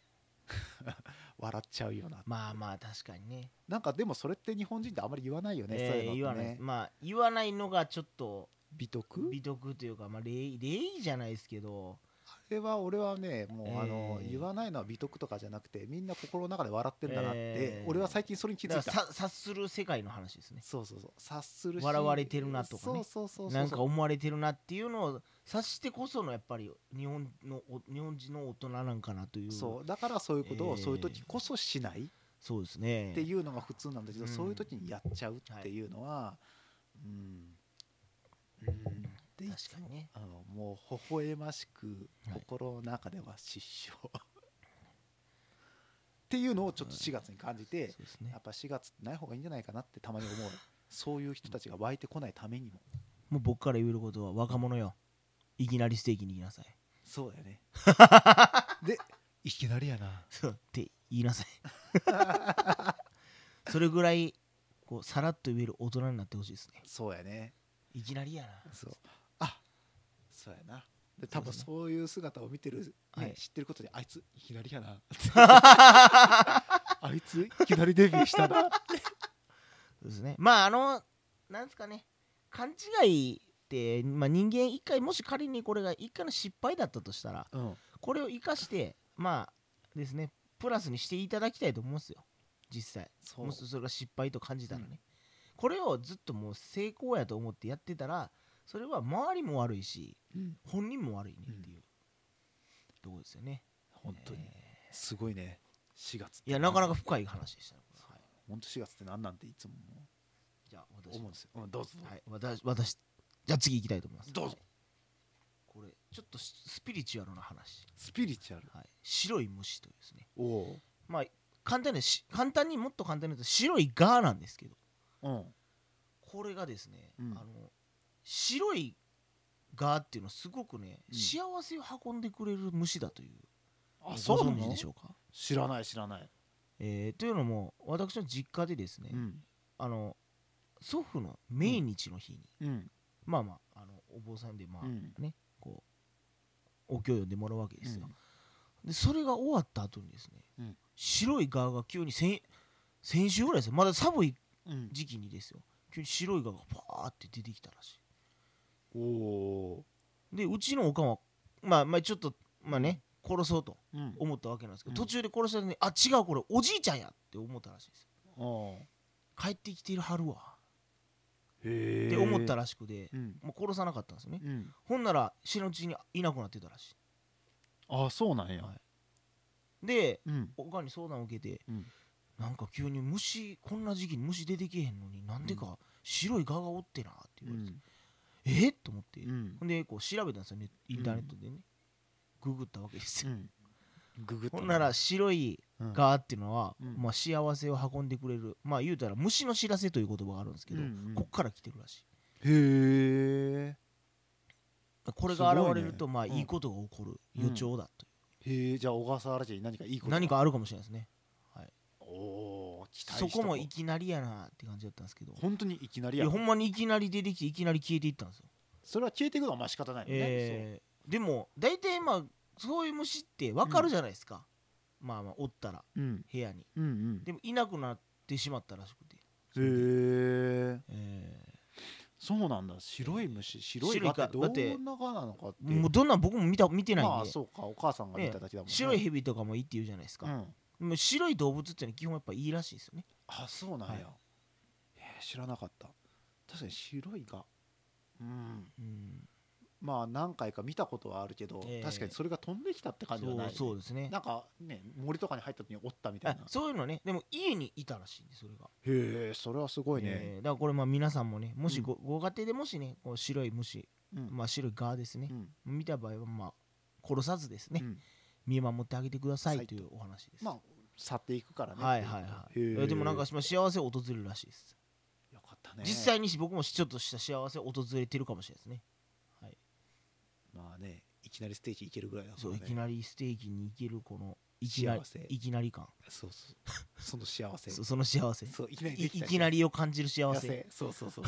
S2: 笑っちゃうよな
S1: まあまあ確かにね
S2: なんかでもそれって日本人ってあんまり言わないよね、そう
S1: え
S2: い
S1: ー
S2: う
S1: 言
S2: の
S1: わ
S2: って
S1: ない
S2: ね
S1: まあ言わないのがちょっと
S2: 美徳
S1: 美徳というかまあ礼儀礼儀じゃないですけど
S2: あれは俺はねもう、あの
S1: えー
S2: 言わないのは美徳とかじゃなくてみんな心の中で笑ってるんだなって、
S1: えー
S2: 俺は最近それに気づ
S1: だ
S2: い
S1: から
S2: た
S1: さ察する世界の話ですね
S2: そうそうそう察するし
S1: 笑われてるなとかね
S2: そうそうそうそう
S1: なんか思われてるなっていうのを察してこそのやっぱり日本のお日本人の大人なんかなという
S2: そうだからそういうこと
S1: え
S2: を
S1: ー
S2: そういう時こそしない
S1: そうですね
S2: っていうのが普通なんだけど、
S1: うん
S2: そういう時にやっちゃうっていうのは、うん、うんっでい
S1: 確
S2: つ
S1: か
S2: も
S1: にね
S2: あのもう微笑ましく
S1: はい
S2: 心の中では失笑、っていうのをちょっと4月に感じて、
S1: そうですね
S2: やっぱ4月ってない方がいいんじゃないかなってたまに思うそういう人たちが湧いてこないためにも
S1: もう僕から言えることは若者よいきなりステーキに行きなさい
S2: そうだよねでいきなりやな
S1: そうって言いな さいそれぐらいこうさらっと言える大人になってほしいですね
S2: そうやね
S1: いきなりやな
S2: そうあそうやなで多
S1: そうで
S2: 分
S1: すね
S2: そういう姿を見てる、ね
S1: はい
S2: 知ってることであいついきなりやな あいついきなりデビューしたな
S1: そうですねまああのなんですかね勘違いって、まあ、人間一回もし仮にこれが一回の失敗だったとしたら
S2: うん
S1: これを生かしてまあですねプラスにしていただきたいと思うんですよ実際
S2: そう
S1: もしそれが失敗と感じたらね、これをずっともう成功やと思ってやってたらそれは周りも悪いし
S2: うん
S1: 本人も悪いねっていう、とこですよね
S2: 本当に
S1: え
S2: すごいね4月って
S1: ーいやなかなか深い話でしたね、これはい、
S2: 本当4月って何なんていつも
S1: じゃあ私
S2: 思うんですよ、うん、どうぞ、
S1: はい、私私じゃあ次行きたいと思います
S2: どう
S1: は
S2: ぞ
S1: いこれちょっとススピリチュアルな話、
S2: スピリチュアル
S1: はい、白い虫というですね
S2: おお
S1: まあ簡単にし簡単にもっと簡単に言うと白いガーなんですけど
S2: うん
S1: これがですね、
S2: うん
S1: あの白いガーっていうのはすごくね、
S2: うん
S1: 幸せを運んでくれる虫だという
S2: あ
S1: ご
S2: そうな
S1: 存知
S2: の
S1: でしょうか
S2: 知らない知らない、
S1: えーというのも私の実家でですね、
S2: ん
S1: あの祖父の命日の日に、
S2: うん
S1: まあまああのお坊さんでまあ、
S2: うん
S1: ねこうお経を読んでもらうわけですよ、でそれが終わった後にですね、
S2: うん
S1: 白い側が急に先先週ぐらいですよまだ寒い
S2: うん、
S1: 時期にですよ急に白い側がパーって出てきたらし
S2: おお
S1: いでうちのおかんはまあまあちょっとまあね殺そうと
S2: ーうん
S1: 思ったわけなんですけど、
S2: うん
S1: 途中で殺した時にあ違うこれおじいちゃんやって思ったらしいですよ
S2: お
S1: 帰ってきてるはるわ
S2: へえ
S1: って思ったらしくで、
S2: うん
S1: もう殺さなかったんですよね
S2: うん
S1: ほんなら知らんうちにいなくなってたらし
S2: あそうなんや、
S1: はいいで
S2: うん
S1: おかんに相談を受けて、
S2: うん
S1: なんか急に虫こんな時期に虫出てけへんのになんでか白い蛾がおってなって
S2: う
S1: 言われて、
S2: ん
S1: えっと思って、
S2: うん
S1: ほんでこう調べたんですよねインターネットでね、ググったわけです
S2: う
S1: よ、
S2: んググった
S1: ほんなら白い
S2: うん
S1: 蛾っていうのは、
S2: うん
S1: まあ、幸せを運んでくれるまあ言うたら虫の知らせという言葉があるんですけど、
S2: うんうん
S1: こっから来てるらしい
S2: へえ
S1: これが
S2: すごいね
S1: 現れるとまあ
S2: うん
S1: いいことが起こる予兆だという、
S2: へえじゃあ小笠原家に何かいいことが
S1: 何かあるかもしれないですね
S2: おお期待し
S1: そ
S2: と
S1: こもいきなりやなって感じだったんですけど
S2: 本当にいきなり
S1: い
S2: や
S1: やほんまにいきなり出てきていきなり消えていったんですよ、
S2: それは消えていくのはまあ仕方ないもんね、
S1: えーでも大体まあそういう虫ってわかるじゃないですか、まあまあおったら
S2: そううん
S1: 部屋に
S2: うんうん
S1: でもいなくなってしまったらしくて、
S2: へえ
S1: え
S2: そうなんだ白い虫白い
S1: 白い
S2: 蚊
S1: か
S2: ってど
S1: だって
S2: んな蚊なのかって
S1: ーもうどんなん僕も見た見てないんで、
S2: まあそうかお母さんが見ただけだもんね
S1: 白い蛇とかもいいって言うじゃないです
S2: う
S1: か、
S2: ん
S1: でも白い動物っていうのは基本やっぱいいらしいですよね
S2: あそうなんや、
S1: はい
S2: へえ知らなかった確かに白い蚊うん
S1: うん
S2: まあ何回か見たことはあるけど、
S1: ええ
S2: 確かにそれが飛んできたって感じはない、ね、
S1: そうそうですね
S2: なんかね森とかに入った時におったみた
S1: あ
S2: いな
S1: そういうのねでも家にいたらしいんでそれが
S2: へえそれはすごいね、
S1: えーだからこれまあ皆さんもねもしご,、ご家庭でもしねこう白い虫、
S2: うん
S1: まあ、白いガーですね
S2: う、ん
S1: 見た場合はまあ殺さずですね、
S2: うん
S1: 見守ってあげてくださ
S2: はいい
S1: というお話です、
S2: まあ去っていくからね
S1: はいはいはい、
S2: へえ
S1: えーでもなんかまあ幸せを訪れるらしいです、
S2: よかったね
S1: 実際にし僕もちょっとした幸せを訪れてるかもしれないですねはい
S2: まあねいきなりステージ行けるぐらいだから、ね、
S1: そういきなりステーキに行けるこのいきなり
S2: 幸せ
S1: いきなり感
S2: そうそうその幸せ
S1: そその幸せ
S2: そういきなり
S1: い
S2: でき
S1: い
S2: た
S1: きなりを感じる幸
S2: 幸
S1: せって
S2: せそうそうそう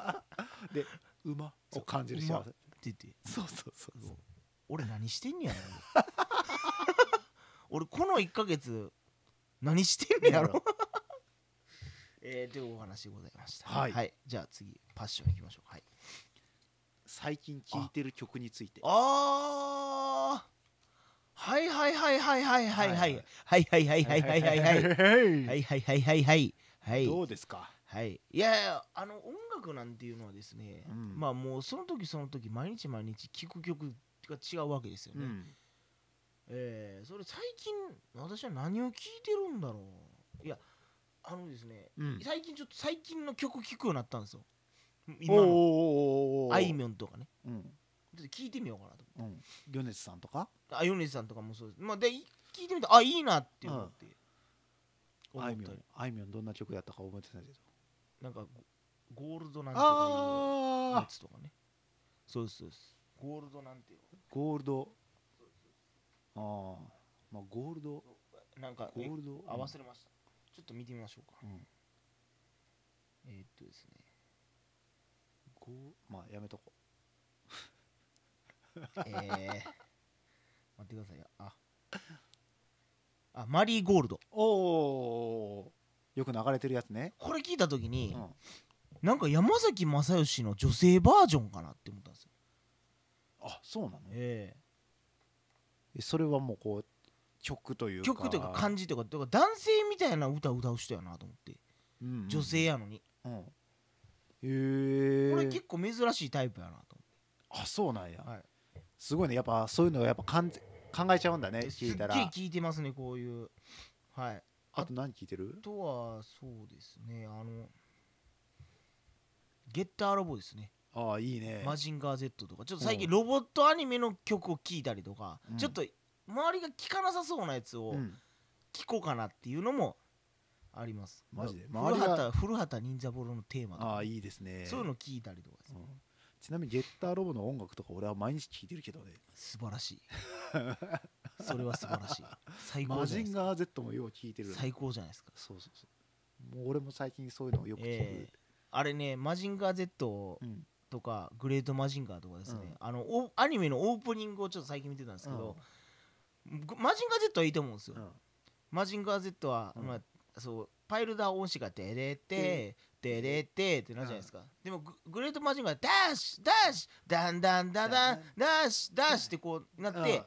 S2: で馬を感じる幸
S1: う
S2: せ
S1: 言って
S2: そうそうそうそう
S1: 俺何してんねやろ俺 この1ヶ月何してんねやろ えー、というお話でございました。
S2: はい
S1: じゃあ次、パッションいきましょう。はい、
S2: 最近聴いてる曲について
S1: あーはいはいはいはいはいはいはいはいはいはいはいはいはいはいはいはい
S2: は
S1: いはいはいはいはいはい
S2: どうですか
S1: はいいやいやあの音楽なんていうのはですね、
S2: うん
S1: まあもうその時その時毎日毎日聴く曲が違うわけですよね、えー、それ最近私は何を聴いてるんだろういやあのですね
S2: うん
S1: 最近ちょっと最近の曲聴くようになったんですよ今
S2: おーお
S1: の
S2: ーおーおー
S1: あいみょんとかね
S2: うん
S1: ちょっと聞いてみようかなと
S2: うん米津さんとか
S1: あ米津さんとかもそうですまあでい聞いてみたあいいなって思って、思
S2: あい
S1: っ
S2: みょ
S1: た
S2: ん
S1: り
S2: あいみょんどんな曲やったか覚えてないけど
S1: なんかゴゴールドなんとかいうや
S2: ああ
S1: つとかねそうですそうですゴールドなんていう
S2: ゴールドああまあゴールド
S1: なんか
S2: ゴールド
S1: え合わせれましたちょっと見てみましょうか
S2: うん
S1: えーっとですね
S2: ゴーまあやめとこ
S1: えー、 待ってくださいよああマリーゴールド
S2: おおよく流れてるやつね
S1: これ聞いた時
S2: う
S1: に、
S2: ん
S1: なんか山崎まさよしの女性バージョンかなって思ったんですよ
S2: あそうなの
S1: え
S2: えそれはもうこう曲とい
S1: え
S2: うか
S1: 曲というか感じというかだから男性みたいな歌を歌う人やなと思って
S2: うんうんうん
S1: 女性やのに、
S2: うんへえ
S1: これ結構珍しいタイプやなと思
S2: あそうなんや、
S1: はい
S2: すごいねやっぱそういうのやっぱかん考えちゃうんだね
S1: って
S2: 聞いたら
S1: すっげえ聞いてますねこういうはい
S2: あと何聞いてる
S1: あとはそうですねあのゲッターロボですね
S2: ああいいね
S1: マジンガー Z とかちょっと最近
S2: う
S1: ロボットアニメの曲を聴いたりとか、
S2: うん
S1: ちょっと周りが聴かなさそうなやつを
S2: うん
S1: 聴こうかなっていうのもあります、
S2: マジで
S1: 古
S2: 周りが
S1: 畑古畑任三郎のテーマとか
S2: ああいいですね
S1: そういうの聴いたりとかです
S2: う
S1: ね、
S2: んちなみにゲッターロボの音楽とか俺は毎日聞いてるけどね
S1: 素晴らしいそれは素晴らしい最
S2: マ
S1: 高じゃな
S2: ジ
S1: いで
S2: ン
S1: すか
S2: ガー Z もよう聞いてる
S1: 最高じゃないですか、
S2: そうそうそうもう俺も最近そういうのをよく聞く、
S1: ええあれねマジンガー Z
S2: うん
S1: とかグレートマジンガーとかですね、
S2: うん
S1: あのおアニメのオープニングをちょっと最近見てたんですけど、ぐマジンガー Z はいいと思うんですよ、
S2: うん
S1: マジンガー Z は、
S2: うん
S1: まあ、そうパイルダー音詞が「デレテデレテ」ってなるじゃないですか、でもググレートマジンガーはダッシュダッシュダンダンダダンダッシュダッシュってこうなって、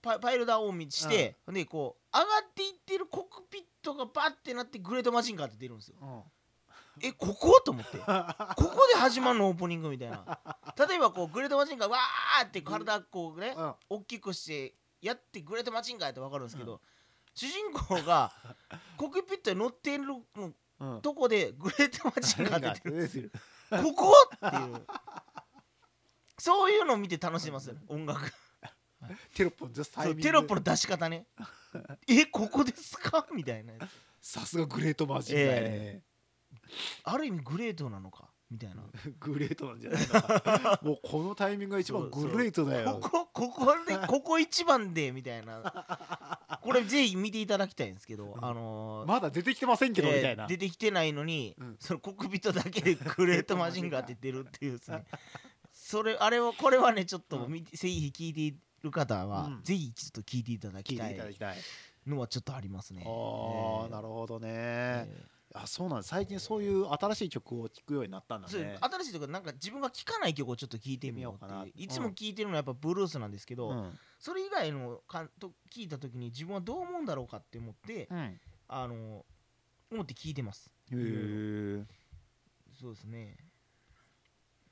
S1: パパイルダー音見して、でこう上がっていってるコックピットがバッてなってグレートマジンガーって出るんですよ
S2: うんうん
S1: えここと思ってここで始まるのオープニングみたいな例えばこうグレートマジンガーわーって体こうね
S2: うん
S1: 大きくしてやってグレートマジンガーやって分かるんですけど、主人公がコックピットに乗ってる
S2: うん
S1: とこでグレートマジン ガーって出てる
S2: 出てる
S1: ここっていうそういうのを見て楽しみますよね音楽
S2: テロップのジャストタ
S1: そ
S2: イミ
S1: う
S2: ング
S1: テロップの出し方ねえここですかみたいなやつ
S2: さすがグレートマジンガーやね、
S1: ある意味グレートなのかみたいな
S2: グレートなんじゃないの かもうこのタイミングが一番グレートだよ
S1: ここここ でここ一番でみたいなこれぜひ見ていただきたいんですけど、
S2: うん
S1: あのー
S2: まだ出てきてませんけどみたい
S1: え
S2: な
S1: ー、出てきてないのに、
S2: うん
S1: そのコックピットだけでグレートマジンガーって出るっていうですねそれあれをこれはねちょっと見てぜひ聞いている方は、
S2: うん
S1: ぜひちょっと聞いていただ
S2: 聞
S1: き
S2: い
S1: た
S2: て
S1: い
S2: いただきたい、
S1: のはちょっとありますね
S2: あー、
S1: えー
S2: なるほどね、
S1: え
S2: あそうなんです最近そういう新しい曲を聴くようになったんだ
S1: ーそう
S2: ね
S1: 新しいとこなんか自分が聴かない曲をちょっと聞いてみようって
S2: 聞いてみよう
S1: いう
S2: かない
S1: つも聴いてるのはやっぱブルースなんですけど、
S2: うん
S1: それ以外のかんと聞いた時に自分はどう思うんだろうかって思って、
S2: うん
S1: あの思って聞いてます
S2: へー
S1: そうですね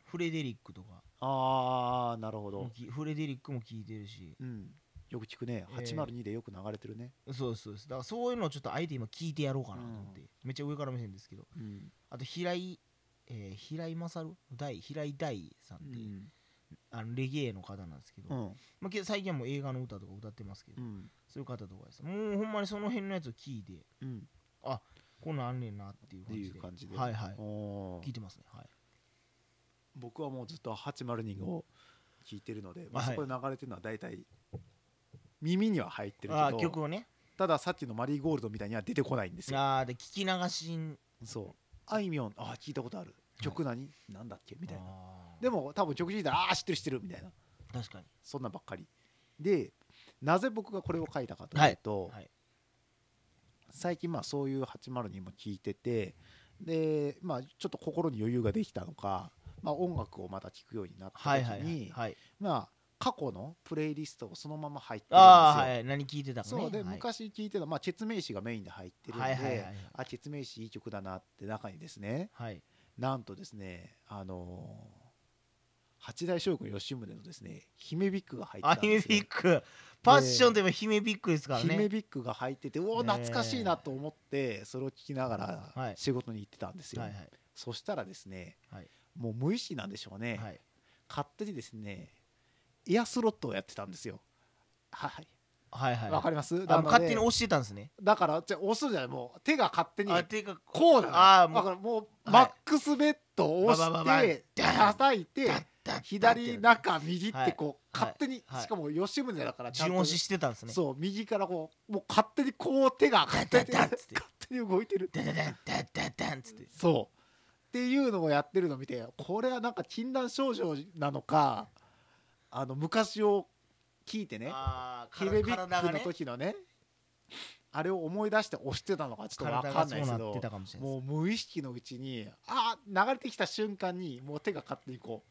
S1: フレデリックとか
S2: あーなるほ
S1: も
S2: ど、
S1: きフレデリックも聞いてるし
S2: うん、よく聞くね
S1: えー
S2: 802でよく流れてるね、
S1: そうですそうですだからそういうのをちょっとあえて今聞いてやろうかなと思って、めっちゃ上から目線ですけど
S2: うん
S1: あと平井、えー平井勝大平井大さんって、あのレゲエの方なんですけど、
S2: う
S1: ま
S2: ん
S1: あ、けど最近はもう映画の歌とか歌ってますけど、
S2: うん
S1: そういう方とかですもうほんまにその辺のやつを聞いて
S2: うん
S1: こんなんあんねんなっていう感じ
S2: って
S1: で
S2: いう感じで
S1: はいはい
S2: おー
S1: 聞いてますねはい
S2: 僕はもうずっと802を聴いてるので、まあ、
S1: は
S2: そ
S1: い
S2: こで流れてるのは大体耳には入ってる
S1: あ
S2: け
S1: ー
S2: ど
S1: 曲をね
S2: たださっきのマリーゴールドみたいには出てこないんですよ
S1: あーで聞き流しん
S2: そうあいみょんあ聞いたことある
S1: い
S2: 曲何、なんだっけみたいな
S1: あー
S2: でも多分曲聴いたらああー知ってる知ってるみたいな
S1: 確かに
S2: そんなんばっかりでなぜ僕がこれを書いたかというと、
S1: はいはい
S2: 最近まあそういう802も聴いててでまあちょっと心に余裕ができたのか、まあ、音楽をまた聴くようになった時に、
S1: はいはいはいはい
S2: まあ過去のプレイリストをそのまま入ってるんですよ。
S1: ああはい何聞いてたかね
S2: そうで、
S1: はい
S2: 昔聴いてた、まあ、ケツメイシがメインで入ってるんで、
S1: はいはいはい
S2: あケツメイシいい曲だなって中にですね
S1: はい
S2: なんとですねあのー八代将軍吉宗のですね姫ビッグが入って
S1: あ
S2: たん
S1: 姫
S2: で
S1: ビ
S2: すよ
S1: ッグパッションといえば姫ビッグですから
S2: 姫
S1: ね
S2: ビッグが入っててうお
S1: ね
S2: ー
S1: え
S2: 懐かしいなと思ってそれを聞きなが
S1: は
S2: ら
S1: い
S2: 仕事に行ってたんですよ、
S1: はいはい
S2: そしたらですね、
S1: はい
S2: もう無意識なんでしょうね、
S1: はい
S2: 勝手にですねエアスロットをやってたんですよはい
S1: はいはい
S2: わ、かります
S1: あもう
S2: なので
S1: 勝手に押してたんですね
S2: だからじゃあ押すんじゃないもう手が勝手に
S1: あていうか
S2: こうなの
S1: あーもう
S2: だからもうマ
S1: はい
S2: ックスベッドを押
S1: ババババ
S2: して
S1: ダン
S2: 叩いて
S1: ダッダッダッ
S2: 左中右っ
S1: は
S2: て
S1: い
S2: こう
S1: はい
S2: 勝手に
S1: はい
S2: しかも吉宗だからちゃん
S1: 順
S2: と
S1: 押ししてたんですね
S2: そう右からこうもう勝手にこう手が勝手に
S1: ダッダッ
S2: 勝
S1: ダッつって
S2: 手に動いてる
S1: ダダダンダダダンつって
S2: そうっていうのをやってるのを見てこれはなんか禁断症状なのかあの昔を聞いてね
S1: あー
S2: ケベビ
S1: 体
S2: ッ
S1: が
S2: ク
S1: ね
S2: の時のねあれを思い出して押してたのかちょっとわ
S1: 体
S2: か
S1: が
S2: ん
S1: そう
S2: ないです
S1: な
S2: け
S1: っ
S2: ど
S1: てたかもしれない
S2: も
S1: で
S2: う無意識のうちにあー流れてきた瞬間にもう手が勝手にこ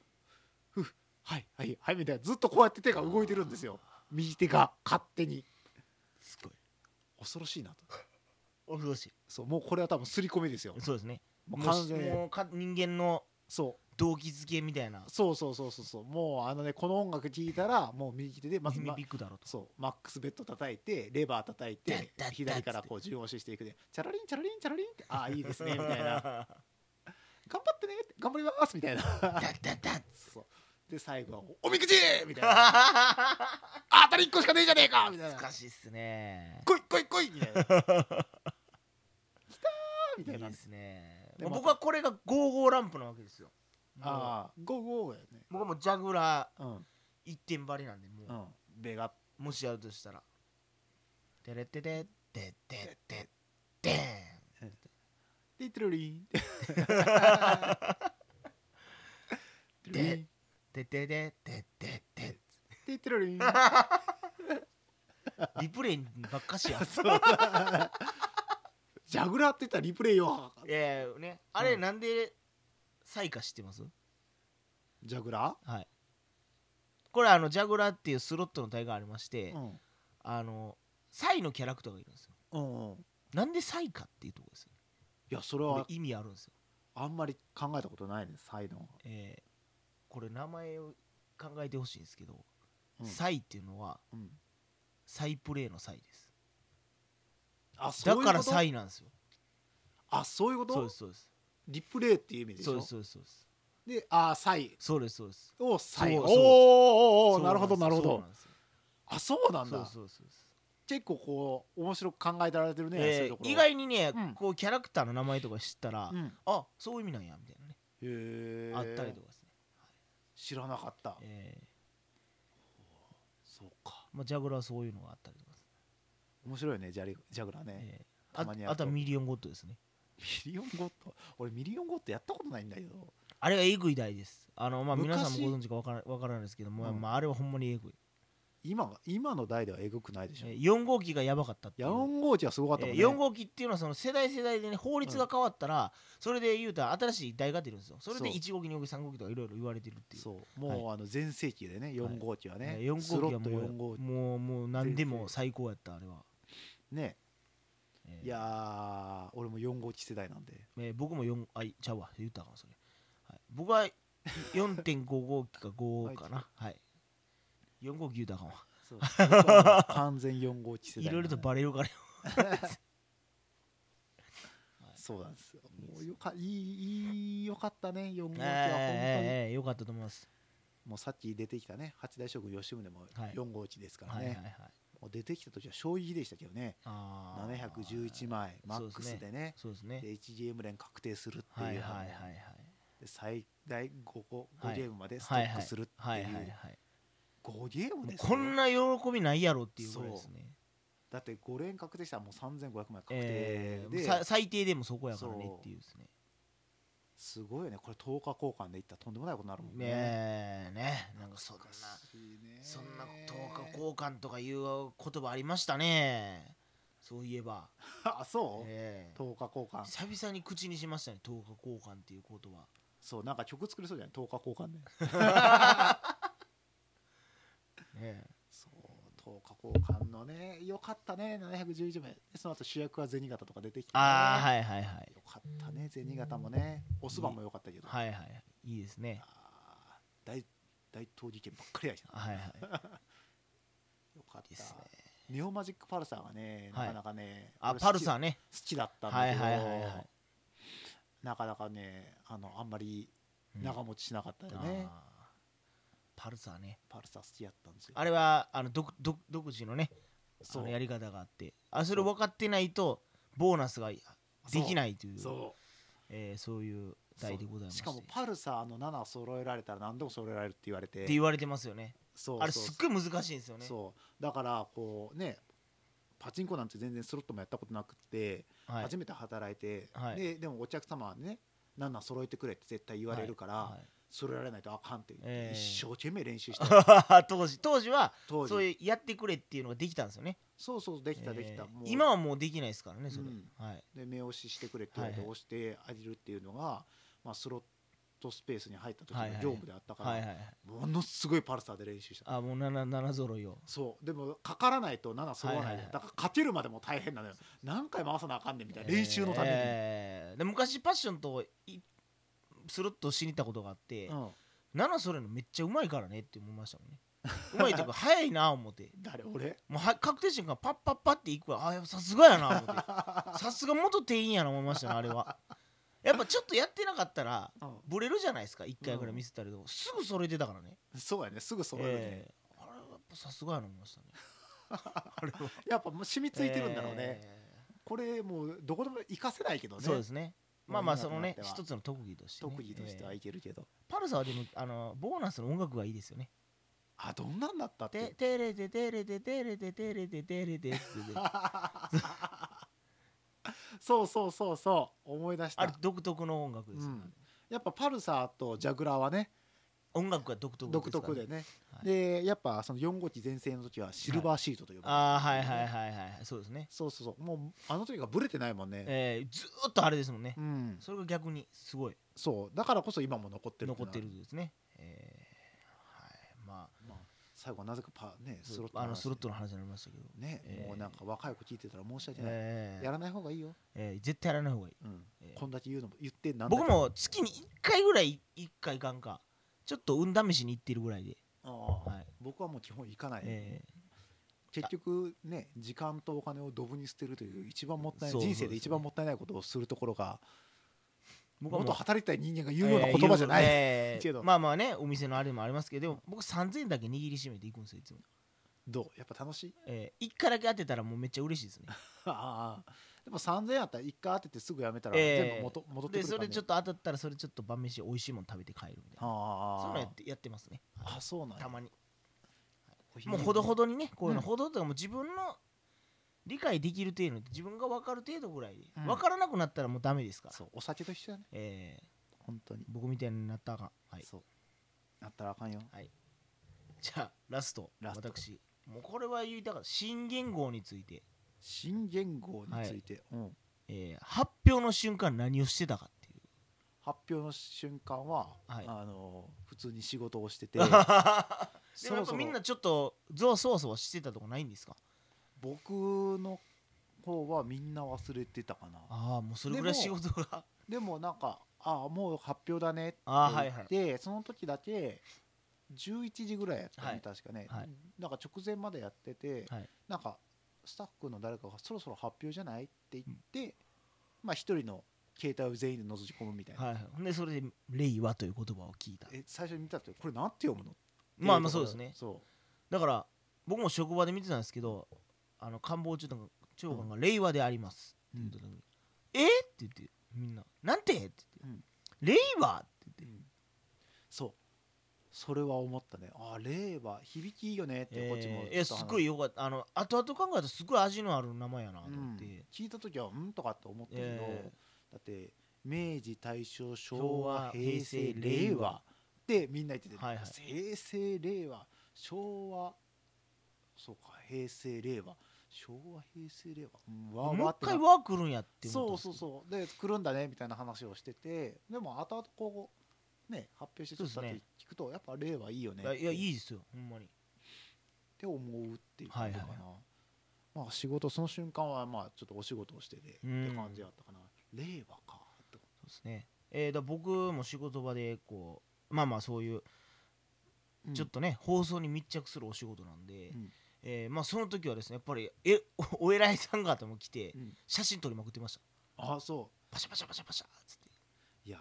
S2: う「ふっはいはいはい」みたいなずっとこうやって手が動いてるんですよ右手が勝手に
S1: すすごい
S2: 恐ろしいなと
S1: 恐ろしい
S2: そうもうこれは多分刷り込みですよ
S1: そうですね
S2: も
S1: も
S2: う
S1: う
S2: 完全に
S1: もうか人間の
S2: そう
S1: 動機づけみたいな
S2: そうそうそうそうそうもうあのねこの音楽聴いたらもう右手でまず、
S1: 耳
S2: ま
S1: ビックだろうと
S2: そうマックスベッド叩いてレバー叩い
S1: ダッ
S2: て
S1: ダッダッ
S2: 左からこう順押ししていくでチャラリンチャラリンチャラリンってああいいです ねみたいな頑張ってね頑張りますみたいな
S1: ダッダッダッ
S2: そうで最後はおみくじみたいなあ当たり1個しかねえじゃねえかみたいな
S1: 難しいっすね
S2: 来い来い来いみたいな来たーみ
S1: い
S2: たい
S1: い
S2: な
S1: ですね
S2: で
S1: もう
S2: また
S1: 僕はこれがゴーゴーランプなわけですよも
S2: ああゴーゴーやね
S1: う僕はもうジャグラ
S2: うん
S1: ー一点張りなんでも
S2: う
S1: うん
S2: ベガ
S1: もしやるとしたら「テレテレテテテテン
S2: ティトゥルリントゥルリン
S1: テテテテテテ
S2: ティトゥルリン
S1: リプレイばっかし や
S2: ジャグラーって言ったらリプレイよ
S1: ええねあれなんで彩花知ってます
S2: ジャグラ
S1: はいこれあのジャグラーっていうスロットの大会がありまして
S2: ーうん
S1: あのサイのキャラクターがいるんですよ
S2: うんうん
S1: なんでサイかっていうところですよ
S2: いやそれ
S1: これ
S2: は
S1: 意味あるんですよ
S2: あんまり考えたことないね才能
S1: えーこれ名前を考えてほしいんですけど、
S2: うん
S1: サイっていうのは
S2: うん
S1: サイプレイのサイです
S2: あそう
S1: だ
S2: いうこと
S1: からサイなんですよ
S2: あそういうこ
S1: そうで
S2: と
S1: すそうです
S2: リプレイっていう意味でし
S1: そう
S2: ょ
S1: ですそうですそうです
S2: であ才
S1: そうですそうです
S2: を才
S1: そ
S2: お
S1: う
S2: ー
S1: そう
S2: おーおー
S1: そ
S2: お
S1: う
S2: ーなるほど
S1: んです
S2: なるほ
S1: そう
S2: ど
S1: んですよ
S2: あそうなん
S1: そう
S2: だ
S1: そうそうです
S2: 結構こう面白く考えられてるねそうい
S1: え
S2: う
S1: ー
S2: ところ
S1: 意外にね、
S2: うん
S1: こうキャラクターの名前とか知ったら、
S2: うん
S1: あそういう意味なんやみたいなね、
S2: へえ
S1: あったりとかですね、
S2: 知らなかった
S1: えー
S2: そうか
S1: まあ、ジャグラーはそういうのがあったりとかです
S2: 面白いよねジャリジャグラー
S1: ね、
S2: ね
S1: え
S2: たまに
S1: ーあ
S2: やる
S1: あとはミリオンゴッドですね
S2: ミリオンゴッド俺ミリオンゴッドやったことないんだけど
S1: あれがえぐい台ですあのまあ皆さん
S2: 昔
S1: もご存知かわからわからないですけども、
S2: うん
S1: まあ、あれはほんまにえぐい
S2: 今が今の代ではえぐくないでしょ
S1: えー4号機がやばかったってい
S2: ヤ
S1: う
S2: オンゴーチはすごかった
S1: え
S2: も
S1: ー
S2: んね
S1: 4号機っていうのはその世代世代でね法律が変わったら、それで言うたら新しい台が出るんですよそれで
S2: そう
S1: 1号機2号機3号機とかいろいろ言われてるっていう
S2: そうもうあの全盛期でね4号機はね
S1: えー
S2: ス
S1: 4
S2: ロ
S1: 号機は
S2: ッ
S1: も
S2: ト4号
S1: う
S2: 機
S1: もうもう何でも最高やったあれは、
S2: ね
S1: えー
S2: いやー俺も4号機世代なんで
S1: えー僕も4あいちゃうわ言ったかもそれ、はい、僕は4.5号機か5か なはい4号機言うたらあかも
S2: そう僕はもう完全4号機世代
S1: いろいろと
S2: バ
S1: バレるからよ
S2: そうなんですよもうよかいいいいよかったね4号機は本当に
S1: えーえーえーよかったと思います
S2: もうさっき出てきたね八大将軍吉宗も
S1: はい
S2: 4号機ですから
S1: はいはいは
S2: ね
S1: い
S2: もう出てきた時は衝撃でしたけどね
S1: あー
S2: 711枚マ
S1: そう
S2: ッ
S1: です
S2: ク
S1: ね
S2: スでね
S1: そうですね
S2: で1ゲーム連確定するっていう、
S1: はいはいはいはい
S2: で最大 5, 個
S1: は
S2: 5
S1: い
S2: ゲームまでストックするっていう、
S1: はいはいはい
S2: 5ゲーム
S1: もう
S2: ですよ
S1: こんな喜びないやろっていうぐらいですね
S2: だって5連確定したらもう3500枚確定で、
S1: えーさ最低でもそこやからね
S2: そう
S1: っていうですね
S2: すごいよねこれ10日交換でいったらとんでもないことになるもんね
S1: ねえねなんかそんな
S2: 難しいね
S1: そんな10日交換とかいう言葉ありましたねそういえば、
S2: あそう、
S1: ええ
S2: 10日交換
S1: 久々に口にしましたね10日交換っていう言葉
S2: そうなんか曲作れそうじゃない10日交換で
S1: ね
S2: そう10日交換のねよかったね711名でその後主役は銭形とか出てきて、ね、
S1: ああはいはいはい
S2: よかったね銭形もねおそばもよかったけど、
S1: はいはいいいですね
S2: あー大大東事件ばっかりやしな
S1: はいはい
S2: よかっ
S1: いいです
S2: た
S1: ね
S2: ネオマジックパルサーがね
S1: は
S2: ないかなかね、
S1: あ
S2: 俺好き
S1: パルサーね
S2: 好きだったん
S1: は
S2: だ
S1: い
S2: けど、
S1: はいはいはい
S2: なかなかねあのあんまり
S1: うん
S2: 長持ちしなかったよね、
S1: あーパルサーね
S2: パルサ好きやったんですよ
S1: あれはあの独独独自のね
S2: そ
S1: あ
S2: う
S1: のやり方があってあそれ分かってないとボーナスができないという
S2: そ
S1: えーそういう
S2: うそ
S1: 題でございま
S2: う
S1: す
S2: しかもパルサーの7揃えられたら何でも揃えられるって言われて
S1: って言われてますよね
S2: そう
S1: あれ
S2: そう
S1: すっごい難しいんですよね
S2: そうだからこうねパチンコなんて全然スロットもやったことなくって、
S1: はい
S2: 初めて働いて、
S1: はい
S2: ででもお客様はねなんなん揃えてくれって絶対言われるから、
S1: はい
S2: 揃えられないとあかんって言って、
S1: ええ
S2: 一生懸命練習して
S1: はい当時当時は
S2: 当 時
S1: そういうやってくれっていうのができたんですよね
S2: そうそうできたできた、
S1: えー
S2: もう
S1: 今はもうできないですからねそれ
S2: うん
S1: はい
S2: で目押ししてくれって言われて
S1: はいはい
S2: 押してあげるっていうのが、まあ、スロットスペースに入った時の
S1: はいはい
S2: 業務であったから、
S1: はいはいはい
S2: ものすごいパルサーで練習した
S1: あもう七七揃いを
S2: そうでもかからないと7揃わない
S1: はいはい
S2: で、
S1: はい
S2: だから勝てるまでも大変なのよ何回回さなあかんねんみたいな練習のために、
S1: えーで昔パッションといスロットしに行ったことがあって
S2: うん、
S1: 七揃いのめっちゃうまいからねって思いましたも んねうまいというか早いな思って
S2: 誰俺
S1: もうは確定してからパッパッパっていくわあーやっぱさすがやな 思ってさすが元店員やな思いましたねあれはやっぱちょっとやってなかったら
S2: う
S1: ブレるじゃないですか1回ぐら
S2: う
S1: い
S2: ん
S1: 見せたけど、すぐ揃えてたからね
S2: ん、そうやねすぐ揃えるね、
S1: ええあれはやっぱさすがやな思いましたねあれは
S2: やっぱもう染みついてるんだろうね、
S1: え
S2: これもうどこでも活かせないけど
S1: え
S2: ね
S1: そうですねまあまあそのね
S2: 今となっては
S1: 一つの特技として、ね、
S2: 特技としては
S1: え
S2: い
S1: え
S2: けるけど、
S1: パルサはでもあのボーナスの音楽がいいですよね
S2: あどんなんだったっ
S1: で
S2: て
S1: テレテテレテテレテテレテテレテって言って
S2: そうそうそうそう思い出し
S1: あ
S2: た
S1: れ独特の音楽ですよ、
S2: うんやっぱパルサーとジャグラーはね
S1: 音楽が独特です
S2: 独
S1: から
S2: 特でね、
S1: はい
S2: でやっぱその4号機全盛の時はシルバーシートと呼ばれて
S1: ああはいはいはいはいそうですね
S2: そうそうそうもうあの時がブレてないもんね、
S1: ええずーっとあれですもんね
S2: うん
S1: それが逆にすごい
S2: そうだからこそ今も残ってる
S1: 残って
S2: いう
S1: る
S2: のは
S1: ですね。えーはい、まあ
S2: まあ、最後はなぜかパねスロット
S1: あの
S2: 話
S1: スロットの話になりましたけど、
S2: ね、
S1: えー
S2: もうなんか若い子聞いてたら申し訳ない、
S1: えー
S2: やらない方がいいよ、
S1: えー絶対やらない方がいい。
S2: うん
S1: えー
S2: こんだけ言うのも言ってなんだけど
S1: 僕も月に1回ぐらい1回いかんか、ちょっと運試しに行ってるぐらいで、
S2: ああ
S1: はい
S2: 僕はもう基本行かない、
S1: え
S2: 結局ね時間とお金をドブに捨てるという一番もったいな
S1: そ
S2: い
S1: そう
S2: う人生で一番もったいないことをするところが
S1: 僕
S2: も
S1: は
S2: っ
S1: も
S2: と
S1: う
S2: 働きたい人間が
S1: え
S2: 言うような
S1: ー
S2: 言葉じゃない、
S1: えー
S2: けど
S1: まあまあね、お店のあれもありますけど、でも僕3000円だけ握りしめていくんですよ、いつも。
S2: どうやっぱ楽しい
S1: えー、1回だけ当てたらもうめっちゃ嬉しいですね。
S2: ああでも3000円あったら1回当ててすぐやめたら
S1: ええ
S2: 全部元、戻って
S1: で、
S2: くるか
S1: そ
S2: ら、ね、
S1: れちょっと当たったら、それちょっと晩飯美味しいもの食べて帰るみたいな。そういうのや
S2: あ
S1: ってやってますね、
S2: ああそうなんや
S1: たまに。
S2: コーヒー
S1: もうほどほ
S2: ど
S1: どにねこういうの
S2: うん
S1: ほどほどがもう自分の理解できる程度自分が分かる程度ぐらいで、
S2: うん
S1: 分からなくなったらもうダメですから、
S2: そうお酒と一緒だね
S1: えー
S2: 本当に、
S1: 僕みたいになったらあかん、はい、
S2: そうなったらあかんよ
S1: じゃあラスト
S2: ラスト
S1: 私もうこれは言いたかった新元号について、
S2: 新元号について、うん
S1: えー発表の瞬間何をしてたかっていう
S2: 発表の瞬間は、
S1: はい
S2: あの普通に仕事をし てて
S1: でもやっぱみんな
S2: そろ
S1: ちょっとゾワそわそわしてたとこないんですか
S2: そろ僕の方はみんな忘れてたかな
S1: ああもうそれぐらい
S2: で
S1: 仕
S2: も
S1: 事が
S2: でもなんか「ああもう発表だね」って 言
S1: あ
S2: っ
S1: ー
S2: て
S1: はいはい
S2: その時だけ11時ぐらいやったね、
S1: はい
S2: 確かね、
S1: はい
S2: なんか直前までやってて、
S1: はい
S2: なんかスタッフの誰かが「そろそろ発表じゃない?」って言って、まあ一人の携帯を全員で覗き込むみたいな、
S1: はいはいほんでそれで「令和」という言葉を聞いた
S2: え最初に見たってこれなんて読むの
S1: まあまあそうですね
S2: そ
S1: だから僕も職場で見てたんですけどあの官房長官長官が「令和であります」って言った時に「えっ?」って言ってみんな「なんて?」って言って
S2: うん
S1: 「令和」って
S2: う、
S1: 言って
S2: そうそれは思ったねああ令和響きいいよねっ、て
S1: え
S2: こっちも
S1: ーいやすごい
S2: よ
S1: よかったあの後々考えたらすごい味のある名前やなと思って、
S2: 聞いた時はうんとかって思ったけど、
S1: え
S2: だって明治大正昭
S1: 昭
S2: 和
S1: 和
S2: 平成
S1: 平成
S2: 令
S1: 令和
S2: 和ってみんな言ってて、
S1: はいはい
S2: 平成令和昭和そうか平成令和昭和平成令和、うん、わ
S1: もう
S2: わ
S1: 一
S2: ってな
S1: 回「和」来るんやって
S2: そ
S1: 思
S2: う
S1: ったん
S2: そう
S1: ですけど
S2: そうで来るんだねみたいな話をしててでも後々こうね発表してちょっと
S1: そうですね
S2: 聞くとやっぱ令和いいよね
S1: いやいや
S2: っ
S1: いいですよほんまに
S2: て思うっていうことかな、
S1: はいはいはい
S2: まあ仕事その瞬間はまあちょっとお仕事をしててって
S1: うん
S2: 感じだったかな令和かっ
S1: そ
S2: て
S1: うですねえー、だから僕も仕事場でこうまあまあそういう
S2: うん
S1: ちょっとね、放送に密着するお仕事なんで、
S2: うん
S1: えーまあ、その時はですねやっぱりえ おお偉いさん方も来て
S2: うん
S1: 写真撮りまくってました
S2: ああそ
S1: パシャパシャパシャパシャっつって
S2: ういや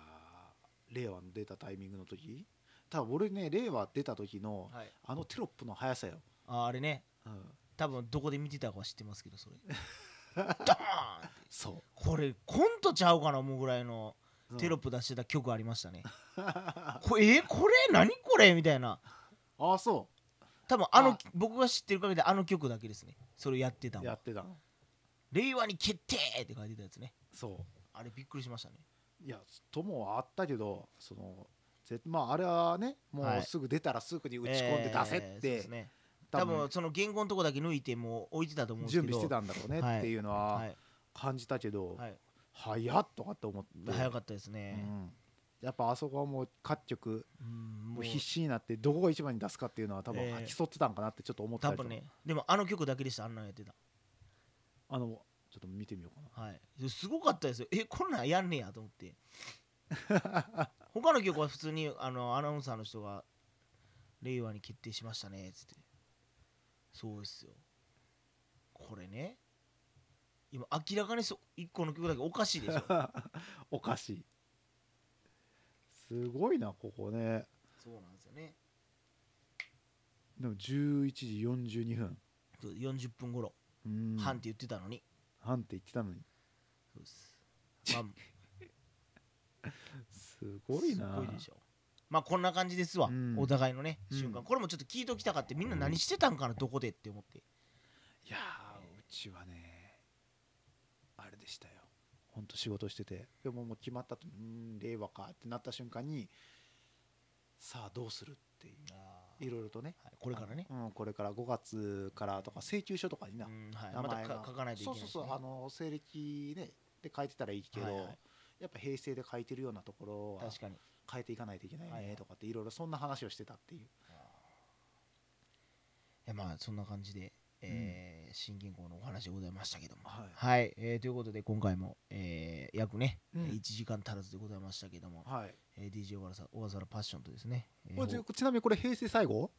S2: 令和の出たタイミングの時多分俺ね令和出た時の
S1: はい、
S2: あのテロップの速さよ、
S1: ああれね
S2: うん、
S1: 多分どこで見てたかは知ってますけ どそれドーン
S2: そ
S1: これコントちゃうかなもうぐらいの
S2: う
S1: テロッ
S2: プ
S1: プ出してた曲ありました ね、
S2: あ
S1: こえこれ何これみたいな
S2: そ
S1: 多分あの
S2: あ
S1: 僕が知ってる限りであの曲だけですねそれやってた
S2: う
S1: の
S2: や
S1: は
S2: ってたの
S1: 令和に決定って書いてたやつね
S2: そ
S1: あれびっくりしましたね
S2: ういや友はあったけどそのぜまああれはねも
S1: は
S2: う
S1: い
S2: すぐ出たらすぐに打ち込ん
S1: え
S2: で出せ
S1: ーそう
S2: っ
S1: で
S2: て
S1: す、ね多分その言語のとこだけ抜いてもう置いてたと思うんです
S2: 準
S1: けど
S2: 備してたんだろうね
S1: はい
S2: っていうの
S1: は、
S2: はい感じたけど、
S1: はい、
S2: 早っとかって思って
S1: 早かったですね
S2: う、んやっぱあそこはもう各局
S1: うん
S2: も
S1: も
S2: う
S1: う
S2: 必死になってどこが一番に出すかっていうのは多分
S1: ええ
S2: 競ってたんかなってちょっと思った
S1: 多
S2: りとか
S1: 分ねでもあの曲だけでしたあんなんやってた
S2: あのちょっと見てみようかな
S1: はいすごかったですよえこんなんやんねやと思って 他の曲は普通にあのアナウンサーの人が「令和に決定しましたね」っつってそうですよこれね今明らかにそ1個の曲だけおかしいでしょ
S2: おかしいすごいなここね
S1: そうなんですよね
S2: でも11時42分
S1: そう40分頃
S2: うん
S1: 半って言ってたのに、
S2: 半って言ってたのに
S1: そうですまあ
S2: すごいな
S1: すごいでしょまあこんな感じですわ、
S2: うん
S1: お互いのね
S2: うん
S1: 瞬間、これもちょっと聞いときたかってみんな何してたんかなどこでって思って
S2: いやーうちはねあれでしたよほんと仕事しててでももう決まったとうーん令和かってなった瞬間にさあどうするっていういろいろとね
S1: はい、これからね、
S2: あのうん、これから5月からとか請求書とかにな、
S1: うんはい、
S2: 名
S1: また
S2: 前が
S1: か書かないといけ
S2: そ
S1: ないで
S2: うそう
S1: すね、
S2: そうあの西暦ねで書いてたらいいけど、
S1: はいはい
S2: やっぱ平成で書いてるようなところは
S1: 確かに
S2: 変えていかないといけない
S1: はいは
S2: ね
S1: い
S2: とかっていろいろそんな話をしてたっていう
S1: えまあそんな感じで、えー新銀行のお話でございましたけども
S2: はい
S1: はい、えーということで今回も、えー約ね、
S2: うん
S1: 1時間足らずでございましたけども、
S2: はい、
S1: えー DJ 小原さん小笠原パッションとですね、えー
S2: これちちなみにこれ平成最後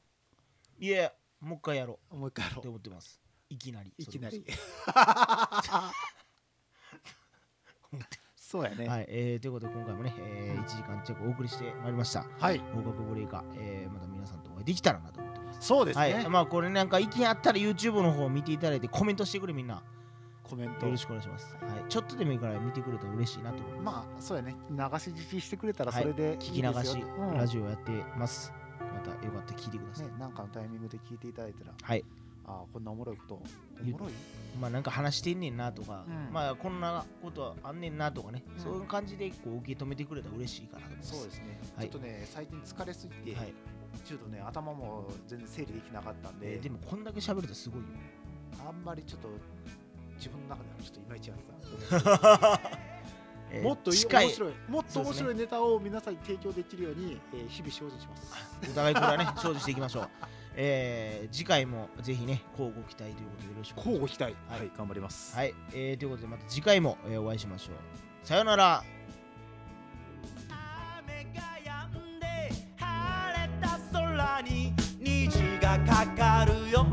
S1: いやもう一回やろ
S2: もう一回や
S1: うって
S2: ろう
S1: 思ってますいきなり
S2: いきなり そうやね
S1: はい、えーということで今回もね、え1時間弱お送りしてまいりました
S2: はい、
S1: 合格ブレイカー、えーまた皆さんとお会いできたらなと思ってます
S2: そうですね、
S1: はいまあこれなんか意見あったら YouTube の方を見ていただいてコメントしてくれみんな
S2: コメント
S1: よろしくお願いします、はい、ちょっとでもいいから見てくれたら嬉しいなと思います、
S2: まあそうやね流し聞きしてくれたら
S1: はい
S2: それでいいです
S1: 聞
S2: よ
S1: き流し
S2: うん
S1: ラジオやってますまたよかったら聞いてください、
S2: ね、なんかのタイミングで聞いていただいたら
S1: はい
S2: あーこんなおもろいことお
S1: 言う
S2: もろい
S1: まあなんか話してんねんなとか、
S2: うん
S1: まあこんなことはあんねんなとかね、
S2: うん
S1: そういう感じでこう受け止めてくれたら嬉しいかなと思います
S2: そうですね、
S1: はい
S2: ちょっとね最近疲れすぎて、
S1: はい
S2: ちょっとね頭も全然整理できなかったんで,、
S1: えーでもこんだけ喋るとすごいよ
S2: あんまりちょっと自分の中ではちょっといまいちやつだ
S1: えー
S2: もっといい
S1: 近い
S2: 面白いもっと面
S1: そう
S2: 白
S1: で
S2: いネタを皆さんに提供できるように、えー日々精進します
S1: お互いこれはね精進していきましょう、えー次回もぜひね乞うご期待ということでよろしくお願いします
S2: 期待
S1: はい
S2: 頑張ります
S1: はい、えーということでまた次回も、えーお会いしましょうさようなら
S3: 雨が止んで晴れた空に虹がかかるよ